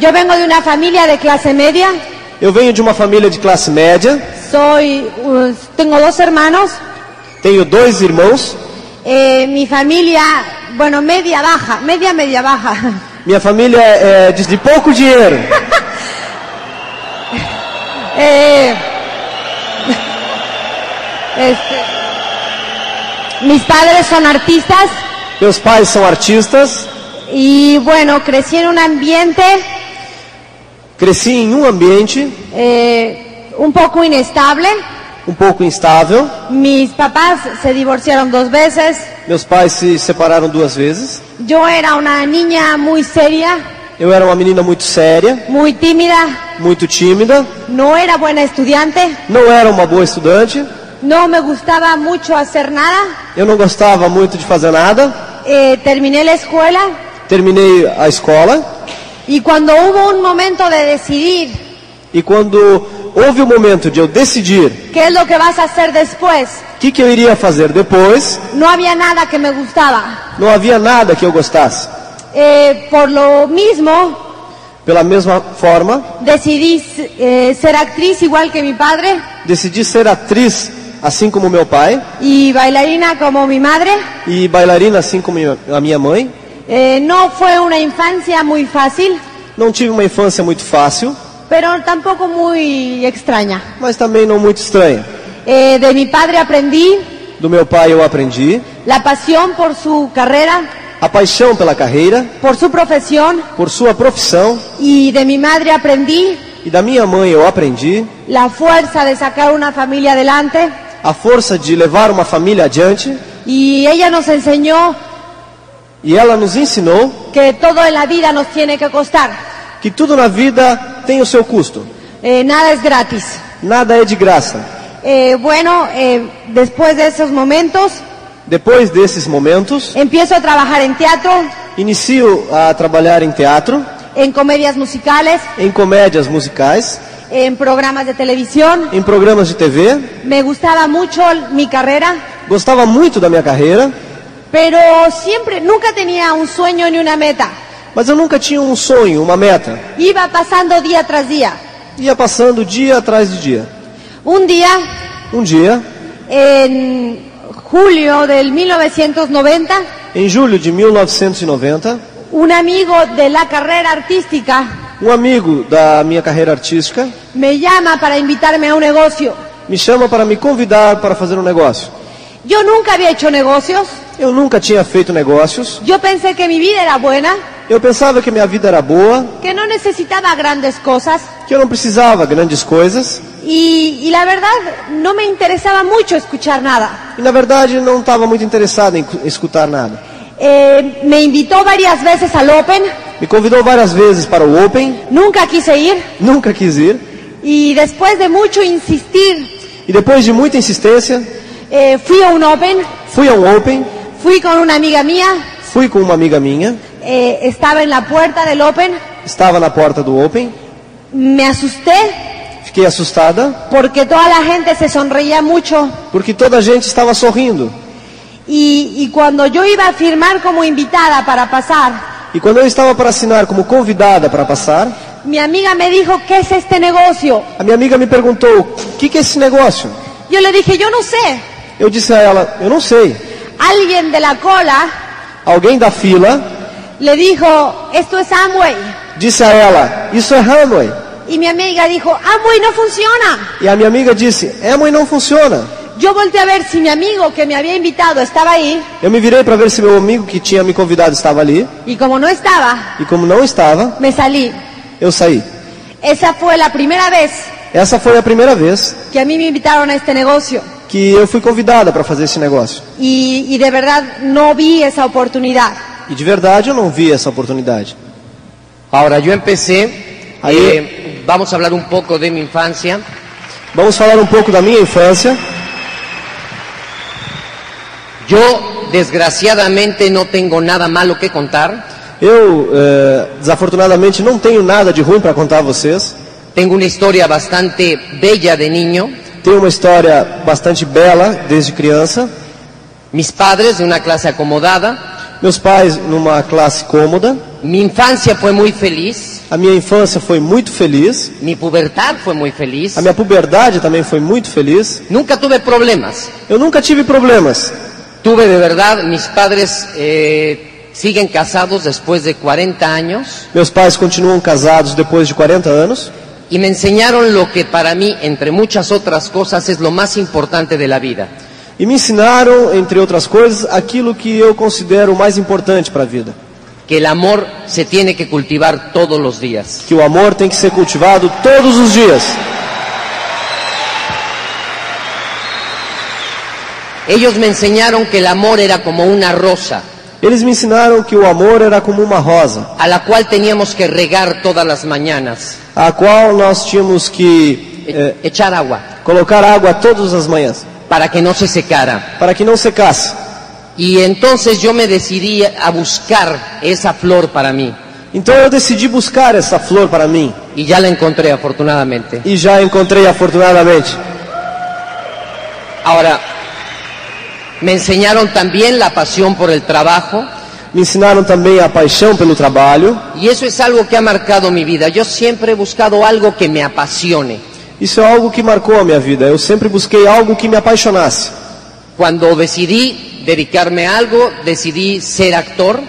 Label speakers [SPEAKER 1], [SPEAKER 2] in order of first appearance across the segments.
[SPEAKER 1] Yo vengo de una familia de clase media,
[SPEAKER 2] Eu venho de uma família de classe média,
[SPEAKER 1] soy, uh, tengo dos hermanos,
[SPEAKER 2] tenho dois irmãos.
[SPEAKER 1] eh, mi familia, bueno, media baja, media media baja,
[SPEAKER 2] Minha família é de, de pouco dinheiro.
[SPEAKER 1] Eh, este, mis padres son artistas
[SPEAKER 2] Meus pais são artistas.
[SPEAKER 1] y bueno, crecí en un ambiente
[SPEAKER 2] Cresci em um ambiente
[SPEAKER 1] eh, un poco inestable.
[SPEAKER 2] um pouco instável.
[SPEAKER 1] Mis papás se divorciaron dos veces.
[SPEAKER 2] Meus pais se separaram duas vezes.
[SPEAKER 1] Yo era una niña muy seria,
[SPEAKER 2] Eu era uma menina muito séria,
[SPEAKER 1] muy tímida,
[SPEAKER 2] muito tímida,
[SPEAKER 1] no era buena estudiante,
[SPEAKER 2] não era uma boa estudante.
[SPEAKER 1] no me gustaba mucho hacer nada.
[SPEAKER 2] Eu não gostava muito de fazer nada.
[SPEAKER 1] Eh, terminé la escuela
[SPEAKER 2] Terminei a escola
[SPEAKER 1] y cuando hubo un momento de decidir
[SPEAKER 2] e quando houve o momento de eu decidir
[SPEAKER 1] qué es lo que vas a hacer después,
[SPEAKER 2] o que, que eu iria fazer depois,
[SPEAKER 1] no había nada que me gustaba.
[SPEAKER 2] não havia nada que eu gostasse.
[SPEAKER 1] Eh, por lo mismo,
[SPEAKER 2] Pela mesma forma,
[SPEAKER 1] decidí eh, ser actriz igual que mi padre
[SPEAKER 2] Decidi ser atriz, assim como meu pai,
[SPEAKER 1] y bailarina como mi madre.
[SPEAKER 2] e bailarina, assim como a minha mãe.
[SPEAKER 1] Eh, no fue una infancia muy fácil,
[SPEAKER 2] Não tive uma infância muito fácil,
[SPEAKER 1] pero tampoco muy extraña.
[SPEAKER 2] mas também não muito estranha.
[SPEAKER 1] Eh, de mi padre aprendí
[SPEAKER 2] Do meu pai eu aprendi
[SPEAKER 1] la pasión por su carrera,
[SPEAKER 2] a paixão pela carreira,
[SPEAKER 1] por su profesión,
[SPEAKER 2] por sua profissão,
[SPEAKER 1] y de mi madre aprendí
[SPEAKER 2] e da minha mãe eu aprendi
[SPEAKER 1] la fuerza de sacar una familia adelante,
[SPEAKER 2] a força de levar uma família adiante.
[SPEAKER 1] y ella nos enseñó
[SPEAKER 2] E ela nos ensinou
[SPEAKER 1] que todo en la vida nos tiene que costar,
[SPEAKER 2] que tudo na vida tem o seu custo,
[SPEAKER 1] Eh, nada es gratis.
[SPEAKER 2] nada é de graça.
[SPEAKER 1] Eh, bueno, eh, después de esos momentos
[SPEAKER 2] Depois desses momentos,
[SPEAKER 1] empiezo a trabajar en teatro,
[SPEAKER 2] inicio a trabalhar em teatro,
[SPEAKER 1] en comedias musicales,
[SPEAKER 2] em comédias musicais,
[SPEAKER 1] en programas de televisión.
[SPEAKER 2] em programas de TV,
[SPEAKER 1] Me gustaba mucho mi carrera,
[SPEAKER 2] Gostava muito da minha carreira,
[SPEAKER 1] pero siempre, nunca tenía un sueño ni una meta.
[SPEAKER 2] mas eu nunca tinha um sonho, uma meta.
[SPEAKER 1] Iba pasando día tras día.
[SPEAKER 2] Ia passando dia atrás de dia.
[SPEAKER 1] Un día,
[SPEAKER 2] Um dia,
[SPEAKER 1] en julio del 1990,
[SPEAKER 2] em julho de 1990,
[SPEAKER 1] un amigo de la carrera artística
[SPEAKER 2] um amigo da minha carreira artística
[SPEAKER 1] me llama para invitarme a un negocio.
[SPEAKER 2] me chama para me convidar para fazer um negócio.
[SPEAKER 1] Yo nunca había hecho negocios,
[SPEAKER 2] Eu nunca tinha feito negócios,
[SPEAKER 1] yo pensé que mi vida era buena,
[SPEAKER 2] eu pensava que minha vida era boa,
[SPEAKER 1] que no necesitaba grandes cosas
[SPEAKER 2] que eu não precisava grandes coisas
[SPEAKER 1] y, y la verdad no me interesaba mucho escuchar nada.
[SPEAKER 2] e, na verdade, não estava muito interessado em cu- escutar nada.
[SPEAKER 1] Eh, me invitó varias veces al Open,
[SPEAKER 2] Me convidou várias vezes para o Open,
[SPEAKER 1] nunca quise ir
[SPEAKER 2] nunca quis ir,
[SPEAKER 1] y después de mucho insistir
[SPEAKER 2] e depois de muita insistência,
[SPEAKER 1] eh, fui a un Open,
[SPEAKER 2] fui ao Open,
[SPEAKER 1] fui con una amiga mía,
[SPEAKER 2] Fui com uma amiga minha,
[SPEAKER 1] eh, estaba en la puerta del Open,
[SPEAKER 2] estava na porta do Open,
[SPEAKER 1] me asusté
[SPEAKER 2] fiquei assustada
[SPEAKER 1] porque toda la gente se sonreía mucho
[SPEAKER 2] porque toda a gente estava sorrindo.
[SPEAKER 1] y, y cuando yo iba a firmar como invitada para pasar,
[SPEAKER 2] E quando eu estava para assinar como convidada para passar,
[SPEAKER 1] mi amiga me dijo, ¿qué es este negocio?
[SPEAKER 2] a minha amiga me perguntou: "O que, que é esse negócio?"
[SPEAKER 1] Yo le dije, yo no sé,
[SPEAKER 2] Eu disse a ela: "Eu não sei."
[SPEAKER 1] alguien de la cola
[SPEAKER 2] Alguém da fila
[SPEAKER 1] le dijo, esto es Amway.
[SPEAKER 2] disse a ela: "Isso é Amway."
[SPEAKER 1] Y mi amiga dijo, Amway no funciona.
[SPEAKER 2] E a minha amiga disse: "Amway não funciona."
[SPEAKER 1] Yo volteé a ver si mi amigo que me había invitado estaba ahí
[SPEAKER 2] Eu me virei para ver se meu amigo que tinha me convidado estava ali,
[SPEAKER 1] y como no estaba,
[SPEAKER 2] e como não estava,
[SPEAKER 1] me salí.
[SPEAKER 2] eu saí.
[SPEAKER 1] Esa fue la primera vez
[SPEAKER 2] Essa foi a primeira vez
[SPEAKER 1] que a mí me invitaron a este negocio
[SPEAKER 2] que eu fui convidada para fazer esse negócio.
[SPEAKER 1] y, y de verdad no vi esa oportunidad.
[SPEAKER 2] E de verdade eu não vi essa oportunidade.
[SPEAKER 3] Ahora, yo empecé,
[SPEAKER 2] Ahí.
[SPEAKER 3] eh, vamos a hablar un poco de mi infancia.
[SPEAKER 2] Vamos falar um pouco da minha infância.
[SPEAKER 3] Yo, desgraciadamente, no tengo nada malo que contar.
[SPEAKER 2] Eu, eh, desafortunadamente, não tenho nada de ruim para contar a vocês.
[SPEAKER 3] Tengo una historia bastante bella de niño.
[SPEAKER 2] Tenho uma história bastante bela desde criança.
[SPEAKER 3] Mis padres de una clase acomodada.
[SPEAKER 2] Meus pais numa classe cômoda.
[SPEAKER 3] Mi infancia fue muy feliz.
[SPEAKER 2] A minha infância foi muito feliz.
[SPEAKER 3] Mi pubertad fue muy feliz.
[SPEAKER 2] A minha puberdade também foi muito feliz.
[SPEAKER 3] Nunca tuve problemas.
[SPEAKER 2] Eu nunca tive problemas.
[SPEAKER 3] Tuve de verdad, mis padres eh, siguen casados después de 40 años
[SPEAKER 2] Meus pais continuam casados depois de 40 anos
[SPEAKER 3] y me enseñaron lo que para mí, entre muchas otras cosas, es lo más importante de la vida.
[SPEAKER 2] e me ensinaram, entre outras coisas, aquilo que eu considero o mais importante para a vida,
[SPEAKER 3] Que el amor se tiene que cultivar todos los días.
[SPEAKER 2] que o amor tem que ser cultivado todos os dias.
[SPEAKER 3] Ellos me enseñaron que el amor era como una rosa
[SPEAKER 2] Eles me ensinaram que o amor era como uma rosa,
[SPEAKER 3] a la cual teníamos que regar todas las mañanas,
[SPEAKER 2] a qual nós tínhamos que
[SPEAKER 3] e-
[SPEAKER 2] eh,
[SPEAKER 3] echar agua
[SPEAKER 2] colocar água todas as manhãs,
[SPEAKER 3] para que no se secara.
[SPEAKER 2] para que não secasse.
[SPEAKER 3] Y entonces yo me decidí a buscar esa flor para mí
[SPEAKER 2] Então eu decidi buscar essa flor para mim
[SPEAKER 3] y ya la encontré afortunadamente.
[SPEAKER 2] e já a encontrei afortunadamente.
[SPEAKER 3] Ahora, me enseñaron también la pasión por el trabajo
[SPEAKER 2] Me ensinaram também a paixão pelo trabalho.
[SPEAKER 3] y eso es algo que ha marcado mi vida. Yo siempre he buscado algo que me apasione.
[SPEAKER 2] Isso é algo que marcou a minha vida. Eu sempre busquei algo que me apaixonasse.
[SPEAKER 3] Cuando decidí dedicarme a algo, decidí ser actor,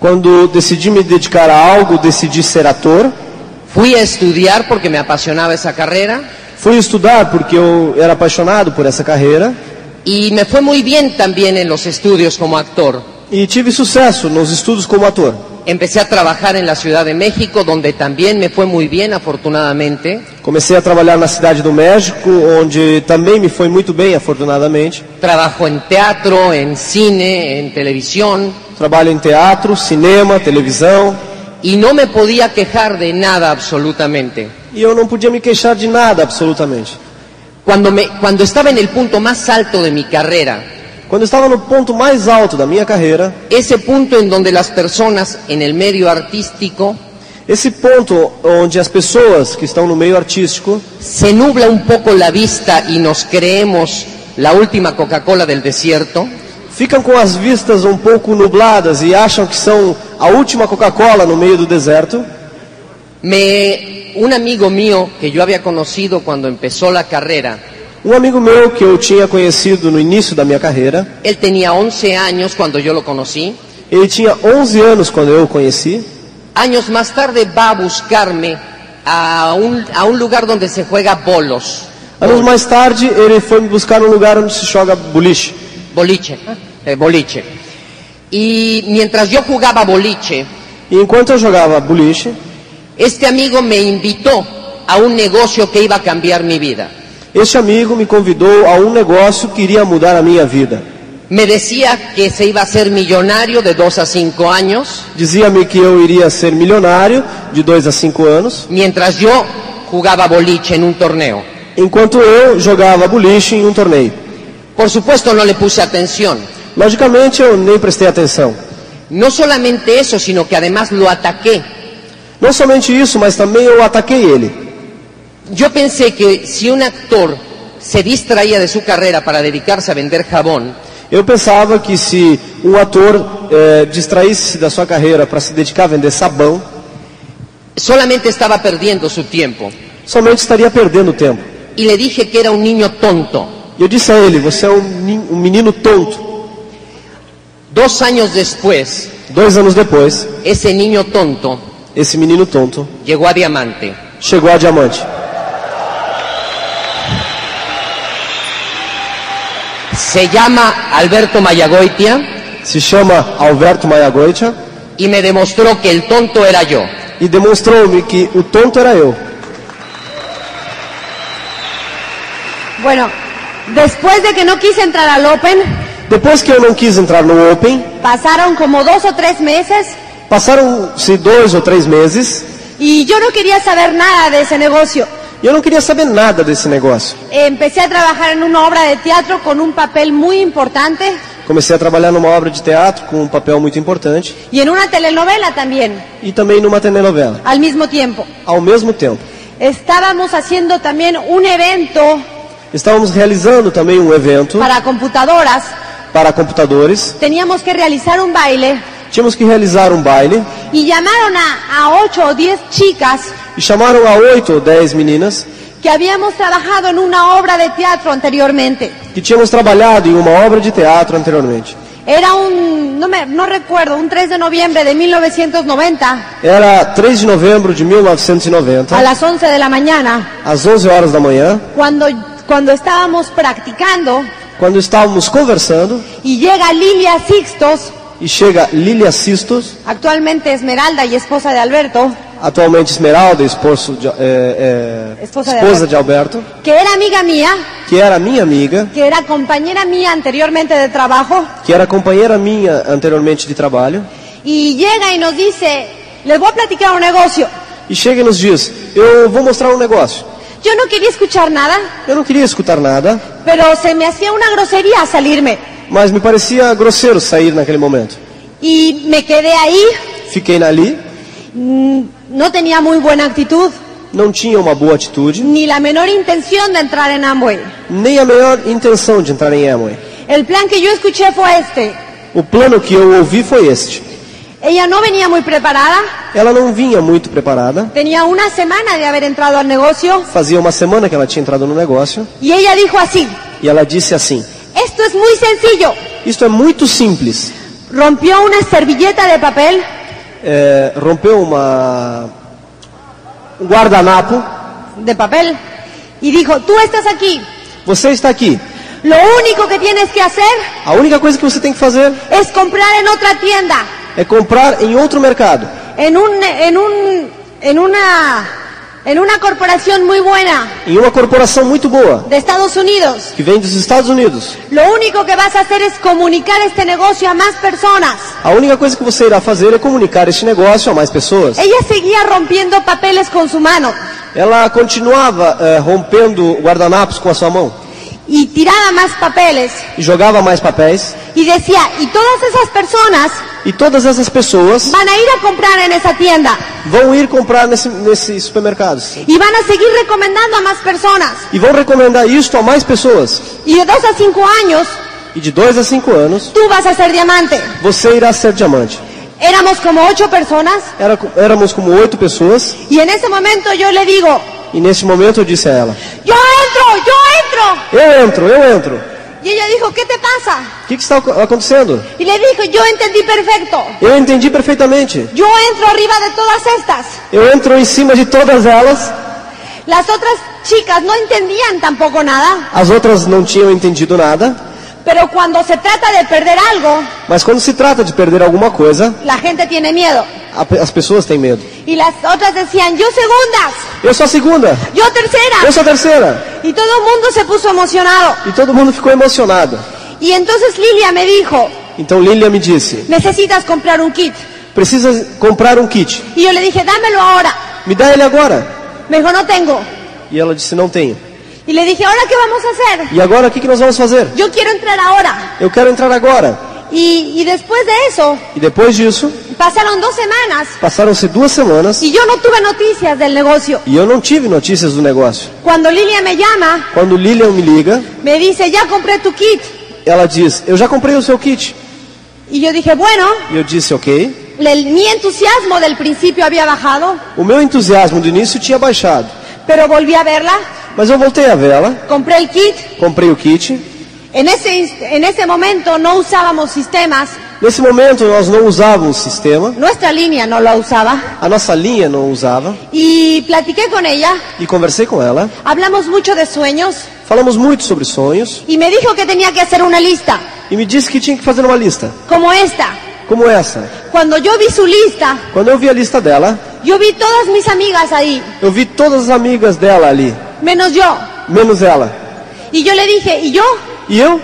[SPEAKER 2] Quando decidi me dedicar a algo, decidi ser ator.
[SPEAKER 3] fui a estudiar porque me apasionaba esa carrera
[SPEAKER 2] Fui estudar porque eu era apaixonado por essa carreira
[SPEAKER 3] y me fue muy bien también en los estudios como actor.
[SPEAKER 2] e tive sucesso nos estudos como ator.
[SPEAKER 3] Empecé a trabajar en la Ciudad de México, donde también me fue muy bien, afortunadamente.
[SPEAKER 2] Comecei a trabalhar na cidade do México, onde também me foi muito bem, afortunadamente.
[SPEAKER 3] Trabajo en teatro, en cine, en televisión.
[SPEAKER 2] Trabalho em teatro, cinema, televisão
[SPEAKER 3] y no me podía quejar de nada absolutamente.
[SPEAKER 2] e eu não podia me queixar de nada absolutamente.
[SPEAKER 3] Cuando, me, cuando estaba en el punto más alto de mi carrera,
[SPEAKER 2] Quando eu estava no ponto mais alto da minha carreira,
[SPEAKER 3] ese punto en donde las personas en el medio artístico
[SPEAKER 2] esse ponto onde as pessoas que estão no meio artístico
[SPEAKER 3] se nubla un poco la vista y nos creemos la última Coca-Cola del desierto,
[SPEAKER 2] ficam com as vistas um pouco nubladas e acham que são a última Coca-Cola no meio do deserto.
[SPEAKER 3] me, un amigo mío que yo había conocido cuando empezó la carrera,
[SPEAKER 2] Um amigo meu que eu tinha conhecido no início da minha carreira,
[SPEAKER 3] él tenía 11 años cuando yo lo conocí,
[SPEAKER 2] ele tinha 11 anos quando eu o conheci.
[SPEAKER 3] años más tarde va a buscarme a un, a un lugar donde se juega bolos.
[SPEAKER 2] Anos mais tarde, ele foi me buscar num lugar onde se joga boliche.
[SPEAKER 3] Boliche. eh, boliche. Y mientras yo jugaba boliche,
[SPEAKER 2] E enquanto eu jogava boliche,
[SPEAKER 3] este amigo me invitó a un negocio que iba a cambiar mi vida.
[SPEAKER 2] este amigo me convidou a um negócio que iria mudar a minha vida.
[SPEAKER 3] Me decía que se iba a ser millonario de dos a cinco años,
[SPEAKER 2] Dizia-me que eu iria ser milionário de 2 a 5 anos,
[SPEAKER 3] mientras yo jugaba boliche en un torneo.
[SPEAKER 2] enquanto eu jogava boliche em um torneio.
[SPEAKER 3] Por supuesto no le puse atención.
[SPEAKER 2] Logicamente, eu nem prestei atenção.
[SPEAKER 3] No solamente eso, sino que además lo ataqué.
[SPEAKER 2] Não somente isso, mas também eu ataquei ele.
[SPEAKER 3] Yo pensé que si un actor se distraía de su carrera para dedicarse a vender jabón,
[SPEAKER 2] Eu pensava que se um ator eh, distraísse da sua carreira para se dedicar a vender sabão,
[SPEAKER 3] solamente estaba perdiendo su tiempo.
[SPEAKER 2] somente estaria perdendo tempo.
[SPEAKER 3] y le dije que era un niño tonto.
[SPEAKER 2] E eu disse a ele: Você é um ni- um menino tonto.
[SPEAKER 3] Dos años después,
[SPEAKER 2] Dois anos depois,
[SPEAKER 3] ese niño tonto
[SPEAKER 2] esse menino tonto
[SPEAKER 3] llegó a Diamante.
[SPEAKER 2] chegou a diamante.
[SPEAKER 3] Se llama Alberto Mayagoitia
[SPEAKER 2] Se chama Alberto Mayagoitia
[SPEAKER 3] y me demostró que el tonto era yo.
[SPEAKER 2] e demonstrou-me que o tonto era eu.
[SPEAKER 1] Bueno, después de que no quise entrar al Open,
[SPEAKER 2] Depois que eu não quis entrar no Open,
[SPEAKER 1] pasaron como dos o tres meses
[SPEAKER 2] passaram-se dois ou três meses
[SPEAKER 1] y yo no quería saber nada de ese negocio.
[SPEAKER 2] e eu não queria saber nada desse negócio.
[SPEAKER 1] Empecé a trabajar en una obra de teatro con un papel muy importante
[SPEAKER 2] Comecei a trabalhar numa obra de teatro com um papel muito importante
[SPEAKER 1] y en una telenovela también,
[SPEAKER 2] e também numa telenovela.
[SPEAKER 1] al mismo tiempo.
[SPEAKER 2] Ao mesmo tempo,
[SPEAKER 1] Estábamos haciendo también un evento
[SPEAKER 2] estávamos realizando também um evento
[SPEAKER 1] para computadoras
[SPEAKER 2] para computadores.
[SPEAKER 1] Teníamos que realizar un baile
[SPEAKER 2] Tínhamos que realizar um baile
[SPEAKER 1] y llamaron a, a ocho o diez chicas
[SPEAKER 2] e chamaram a oito ou dez meninas
[SPEAKER 1] que habíamos trabajado en una obra de teatro anteriormente.
[SPEAKER 2] que tínhamos trabalhado em uma obra de teatro anteriormente.
[SPEAKER 1] Era un, no, me, no recuerdo, un 3 de noviembre de 1990
[SPEAKER 2] Era 3 de novembro de 1990,
[SPEAKER 1] a las 11 de la mañana,
[SPEAKER 2] às 11 horas da manhã,
[SPEAKER 1] cuando, cuando estábamos practicando
[SPEAKER 2] quando estávamos conversando
[SPEAKER 1] y llega Lilia Sixtos,
[SPEAKER 2] e chega Lilia Sistos,
[SPEAKER 1] actualmente Esmeralda y esposa de Alberto,
[SPEAKER 2] atualmente Esmeralda, esposo de, eh, eh,
[SPEAKER 1] Esposa de
[SPEAKER 2] esposa de Alberto,
[SPEAKER 1] que era amiga mía,
[SPEAKER 2] que era minha amiga,
[SPEAKER 1] que era compañera mía anteriormente de trabajo,
[SPEAKER 2] que era companheira minha anteriormente de trabalho,
[SPEAKER 1] y llega y nos dice, les voy a platicar un negocio.
[SPEAKER 2] e chega e nos diz: Eu vou mostrar um negócio.
[SPEAKER 1] Yo no quería escuchar nada,
[SPEAKER 2] Eu não queria escutar nada,
[SPEAKER 1] pero se me hacía una grosería salirme.
[SPEAKER 2] mas me parecia grosseiro sair naquele momento.
[SPEAKER 1] Y me quedé ahí,
[SPEAKER 2] Fiquei ali,
[SPEAKER 1] mm, no tenía muy buena actitud,
[SPEAKER 2] não tinha uma boa atitude,
[SPEAKER 1] ni la menor intención de entrar en Amway.
[SPEAKER 2] nem a melhor intenção de entrar em Amway.
[SPEAKER 1] El plan que yo escuché fue este.
[SPEAKER 2] O plano que eu ouvi foi este.
[SPEAKER 1] Ella no venía muy preparada,
[SPEAKER 2] Ela não vinha muito preparada,
[SPEAKER 1] tenía una semana de haber entrado al negocio
[SPEAKER 2] fazia uma semana que ela tinha entrado no negócio,
[SPEAKER 1] y ella dijo así,
[SPEAKER 2] e ela disse assim:
[SPEAKER 1] esto es muy sencillo.
[SPEAKER 2] Isto é muito simples.
[SPEAKER 1] Rompió una servilleta de papel,
[SPEAKER 2] É, rompeu uma. um guardanapo.
[SPEAKER 1] de papel, y dijo, tú estás aquí,
[SPEAKER 2] Você está aqui.
[SPEAKER 1] lo único que tienes que hacer
[SPEAKER 2] A única coisa que você tem que fazer
[SPEAKER 1] es comprar en otra tienda,
[SPEAKER 2] é comprar em outro mercado,
[SPEAKER 1] en un, en un, en una, en una corporación muy buena
[SPEAKER 2] em uma corporação muito boa,
[SPEAKER 1] de Estados Unidos.
[SPEAKER 2] que vem dos Estados Unidos.
[SPEAKER 1] Lo único que vas a hacer es comunicar este negocio a más personas.
[SPEAKER 2] A única coisa que você irá fazer é comunicar este negócio a mais pessoas.
[SPEAKER 1] Ella seguía rompiendo papeles con su mano
[SPEAKER 2] Ela continuava é, rompendo guardanapos com a sua mão
[SPEAKER 1] y tiraba más papeles
[SPEAKER 2] e jogava mais papéis.
[SPEAKER 1] y decía, y todas esas personas
[SPEAKER 2] E todas essas pessoas
[SPEAKER 1] van a ir a comprar en esa tienda
[SPEAKER 2] vão ir comprar nesse, nesse supermercado
[SPEAKER 1] y van a seguir recomendando a más personas.
[SPEAKER 2] e vão recomendar isto a mais pessoas.
[SPEAKER 1] Y de dos a cinco años
[SPEAKER 2] E de 2 a 5 anos
[SPEAKER 1] tú vas a ser diamante.
[SPEAKER 2] você irá ser diamante.
[SPEAKER 1] Éramos como ocho personas
[SPEAKER 2] Era, éramos como oito pessoas
[SPEAKER 1] y en ese momento yo le digo,
[SPEAKER 2] e nesse momento eu disse a ela:
[SPEAKER 1] Yo entro, yo entro.
[SPEAKER 2] Eu entro, eu entro.
[SPEAKER 1] Y ella dijo, ¿qué te pasa?
[SPEAKER 2] O que, que está ac- acontecendo?
[SPEAKER 1] Y le dijo, yo entendí perfecto.
[SPEAKER 2] Eu entendi perfeitamente.
[SPEAKER 1] Yo entro arriba de todas estas.
[SPEAKER 2] Eu entro em cima de todas elas.
[SPEAKER 1] Las otras chicas no entendían tampoco nada,
[SPEAKER 2] As outras não tinham entendido nada,
[SPEAKER 1] pero cuando se trata de perder algo,
[SPEAKER 2] mas quando se trata de perder alguma coisa,
[SPEAKER 1] la gente tiene miedo.
[SPEAKER 2] a pe- as pessoas têm medo.
[SPEAKER 1] Y las otras decían, yo segundas,
[SPEAKER 2] Eu sou a segunda,
[SPEAKER 1] yo tercera.
[SPEAKER 2] eu sou a terceira.
[SPEAKER 1] Y todo el mundo se puso emocionado.
[SPEAKER 2] E todo mundo ficou emocionado.
[SPEAKER 1] Y entonces Lilia me dijo,
[SPEAKER 2] Então Lilia me disse:
[SPEAKER 1] necesitas comprar un kit.
[SPEAKER 2] precisa comprar um kit.
[SPEAKER 1] Y yo le dije, dámelo ahora.
[SPEAKER 2] Me dá ele agora.
[SPEAKER 1] Me dijo, no tengo.
[SPEAKER 2] E ela disse: não tenho.
[SPEAKER 1] Y le dije, ¿ahora qué vamos a hacer?
[SPEAKER 2] E agora o que, que nós vamos fazer?
[SPEAKER 1] Yo quiero entrar ahora.
[SPEAKER 2] Eu quero entrar agora.
[SPEAKER 1] Y, y después de eso,
[SPEAKER 2] E depois disso,
[SPEAKER 1] pasaron dos semanas
[SPEAKER 2] passaram-se duas semanas
[SPEAKER 1] y yo no tuve noticias del negocio.
[SPEAKER 2] e eu não tive notícias do negócio.
[SPEAKER 1] Cuando Lilia me llama,
[SPEAKER 2] Quando Lilian me liga,
[SPEAKER 1] me dice, ya compré tu kit.
[SPEAKER 2] ela diz: Eu já comprei o seu kit.
[SPEAKER 1] Y yo dije, bueno,
[SPEAKER 2] E eu disse: Ok.
[SPEAKER 1] le- mi entusiasmo del principio había bajado,
[SPEAKER 2] O meu entusiasmo do início tinha baixado,
[SPEAKER 1] pero volví a verla,
[SPEAKER 2] mas eu voltei a vela,
[SPEAKER 1] compré el kit.
[SPEAKER 2] comprei o kit.
[SPEAKER 1] En ese, inst- en ese momento no usábamos sistemas,
[SPEAKER 2] Nesse momento nós não usávamos o sistema,
[SPEAKER 1] nuestra línea no la usaba.
[SPEAKER 2] a nossa linha não usava.
[SPEAKER 1] Y platiqué con ella,
[SPEAKER 2] E conversei com ela.
[SPEAKER 1] hablamos mucho de sueños
[SPEAKER 2] Falamos muito sobre sonhos
[SPEAKER 1] y me dijo que tenía que hacer una lista,
[SPEAKER 2] e me disse que tinha que fazer uma lista,
[SPEAKER 1] como esta.
[SPEAKER 2] como essa.
[SPEAKER 1] Cuando yo vi su lista,
[SPEAKER 2] Quando eu vi a lista dela,
[SPEAKER 1] Yo vi todas mis amigas ahí,
[SPEAKER 2] eu vi todas as amigas dela ali,
[SPEAKER 1] menos yo.
[SPEAKER 2] menos ela.
[SPEAKER 1] Y yo le dije, ¿y yo?
[SPEAKER 2] E eu?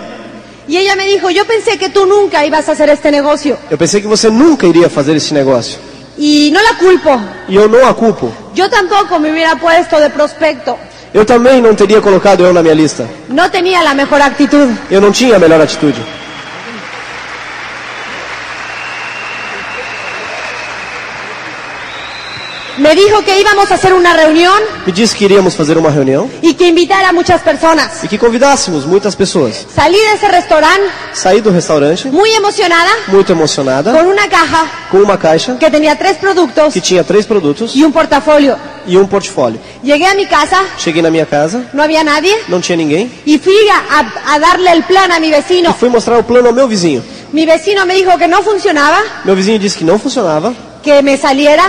[SPEAKER 1] Y ella me dijo, yo pensé que tú nunca ibas a hacer este negocio.
[SPEAKER 2] Eu pensei que você nunca iria fazer esse negócio.
[SPEAKER 1] Y no la culpo.
[SPEAKER 2] E eu não a culpo.
[SPEAKER 1] Yo tampoco me hubiera puesto de prospecto.
[SPEAKER 2] Eu também não teria colocado eu na minha lista.
[SPEAKER 1] No tenía la mejor actitud.
[SPEAKER 2] Eu não tinha a melhor atitude.
[SPEAKER 1] Me dijo que íbamos a hacer una reunión
[SPEAKER 2] Me disse que iríamos fazer uma reunião
[SPEAKER 1] y que invitar a muchas personas.
[SPEAKER 2] e que convidássemos muitas pessoas.
[SPEAKER 1] Salí de ese restaurante
[SPEAKER 2] Saí do restaurante,
[SPEAKER 1] muy emocionada
[SPEAKER 2] muito emocionada,
[SPEAKER 1] con una caja
[SPEAKER 2] com uma caixa
[SPEAKER 1] que tenía tres productos
[SPEAKER 2] que tinha três produtos
[SPEAKER 1] y un portafolio.
[SPEAKER 2] e um portfólio.
[SPEAKER 1] Llegué a mi casa,
[SPEAKER 2] Cheguei na minha casa,
[SPEAKER 1] no había nadie
[SPEAKER 2] não tinha ninguém,
[SPEAKER 1] y fui a, a darle el plan a mi
[SPEAKER 2] e
[SPEAKER 1] vecino.
[SPEAKER 2] fui mostrar o plano ao meu vizinho.
[SPEAKER 1] Mi vecino me dijo que no funcionaba,
[SPEAKER 2] Meu vizinho disse que não funcionava,
[SPEAKER 1] que me saliera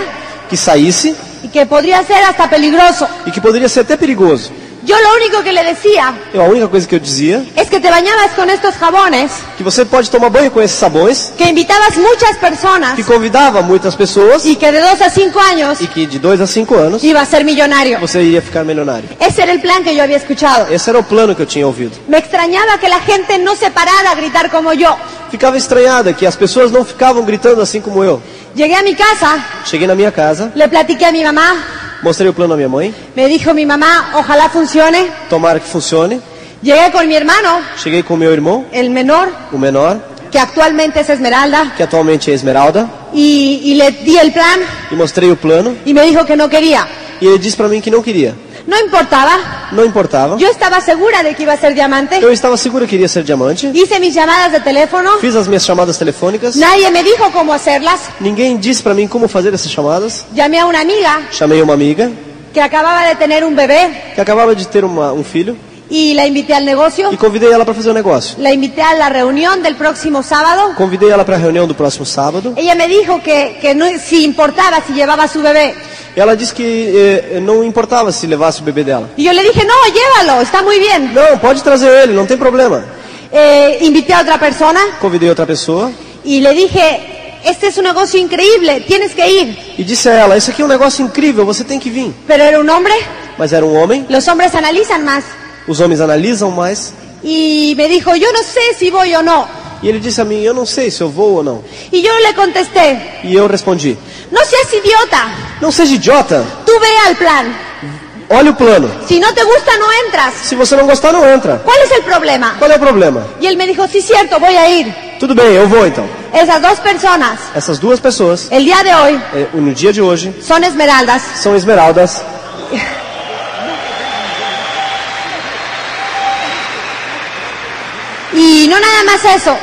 [SPEAKER 2] que saísse
[SPEAKER 1] y que podría ser hasta peligroso.
[SPEAKER 2] e que poderia ser até perigoso.
[SPEAKER 1] Yo lo único que le decía
[SPEAKER 2] Eu, a única coisa que eu dizia
[SPEAKER 1] es que te bañabas con estos jabones,
[SPEAKER 2] que você pode tomar banho com esses sabões,
[SPEAKER 1] que invitabas muchas personas
[SPEAKER 2] que convidava muitas pessoas
[SPEAKER 1] y que de dos a cinco años
[SPEAKER 2] e que de dois a cinco anos
[SPEAKER 1] iba a ser millonario.
[SPEAKER 2] você iria ficar milionário.
[SPEAKER 1] Ese era el plan que yo había escuchado.
[SPEAKER 2] Esse era o plano que eu tinha ouvido.
[SPEAKER 1] Me extrañaba que la gente no se parara a gritar como yo.
[SPEAKER 2] Ficava estranhada que as pessoas não ficavam gritando assim como eu.
[SPEAKER 1] Llegué a mi casa,
[SPEAKER 2] Cheguei na minha casa,
[SPEAKER 1] le platiqué a mi mamá,
[SPEAKER 2] mostrei o plano à minha mãe,
[SPEAKER 1] me dijo mi mamá, ojalá funcione.
[SPEAKER 2] tomara que funcione.
[SPEAKER 1] Llegué con mi hermano,
[SPEAKER 2] Cheguei com meu irmão,
[SPEAKER 1] el menor,
[SPEAKER 2] o menor,
[SPEAKER 1] que actualmente es Esmeralda,
[SPEAKER 2] que atualmente é Esmeralda,
[SPEAKER 1] y, y le di el plan
[SPEAKER 2] e mostrei o plano
[SPEAKER 1] y me dijo que no quería.
[SPEAKER 2] e ele disse pra mim que não queria.
[SPEAKER 1] No importaba,
[SPEAKER 2] Não importava.
[SPEAKER 1] yo estaba segura de que iba a ser diamante.
[SPEAKER 2] Eu estava segura que iria ser diamante.
[SPEAKER 1] Hice mis llamadas de teléfono,
[SPEAKER 2] Fiz as minhas chamadas telefônicas.
[SPEAKER 1] nadie me dijo cómo hacerlas.
[SPEAKER 2] Ninguém disse pra mim como fazer essas chamadas.
[SPEAKER 1] Llamé a una amiga
[SPEAKER 2] Chamei uma amiga
[SPEAKER 1] que acababa de tener un bebé
[SPEAKER 2] que acabava de ter uma- um filho
[SPEAKER 1] y la invité al negocio.
[SPEAKER 2] e convidei ela pra fazer um negócio.
[SPEAKER 1] La invité a la reunión del próximo sábado.
[SPEAKER 2] Convidei ela pra reunião do próximo sábado.
[SPEAKER 1] Ella me dijo que, que no, si importaba si llevaba a su bebé.
[SPEAKER 2] Ela disse que eh, não importava se levasse o bebê dela.
[SPEAKER 1] Y yo le dije, no, llévalo, está muy bien.
[SPEAKER 2] Não, pode trazer ele, não tem problema.
[SPEAKER 1] Eh, invité a otra persona
[SPEAKER 2] Convidei outra pessoa
[SPEAKER 1] y le dije, este es un negocio increíble, tienes que ir.
[SPEAKER 2] e disse a ela: Isso aqui é um negócio incrível, você tem que vir.
[SPEAKER 1] Pero era un hombre,
[SPEAKER 2] Mas era um homem,
[SPEAKER 1] los hombres analizan más.
[SPEAKER 2] os homens analisam mais.
[SPEAKER 1] Y me dijo, yo no sé si voy o no.
[SPEAKER 2] E ele disse a mim: Eu não sei se eu vou ou não.
[SPEAKER 1] Y yo le contesté,
[SPEAKER 2] E eu respondi:
[SPEAKER 1] no seas idiota,
[SPEAKER 2] Não seja idiota,
[SPEAKER 1] tú ve al plan.
[SPEAKER 2] olha o plano.
[SPEAKER 1] Si no te gusta, no entras.
[SPEAKER 2] Se você não gostar, não entra.
[SPEAKER 1] ¿Cuál es el problema?
[SPEAKER 2] Qual é o problema?
[SPEAKER 1] Y él me dijo, sí, cierto, voy a ir.
[SPEAKER 2] Tudo bem, eu vou então.
[SPEAKER 1] Esas dos personas
[SPEAKER 2] Essas duas pessoas,
[SPEAKER 1] El día de hoy
[SPEAKER 2] eh, no dia de hoje,
[SPEAKER 1] son esmeraldas.
[SPEAKER 2] são esmeraldas.
[SPEAKER 1] Y no nada más eso.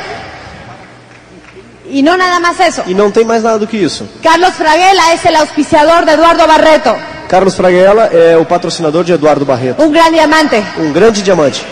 [SPEAKER 1] Y no nada más eso.
[SPEAKER 2] E não tem mais nada do que isso.
[SPEAKER 1] Carlos Fraguela es el auspiciador de Eduardo Barreto,
[SPEAKER 2] Carlos Fraguela é o patrocinador de Eduardo Barreto.
[SPEAKER 1] un gran diamante.
[SPEAKER 2] Um grande diamante.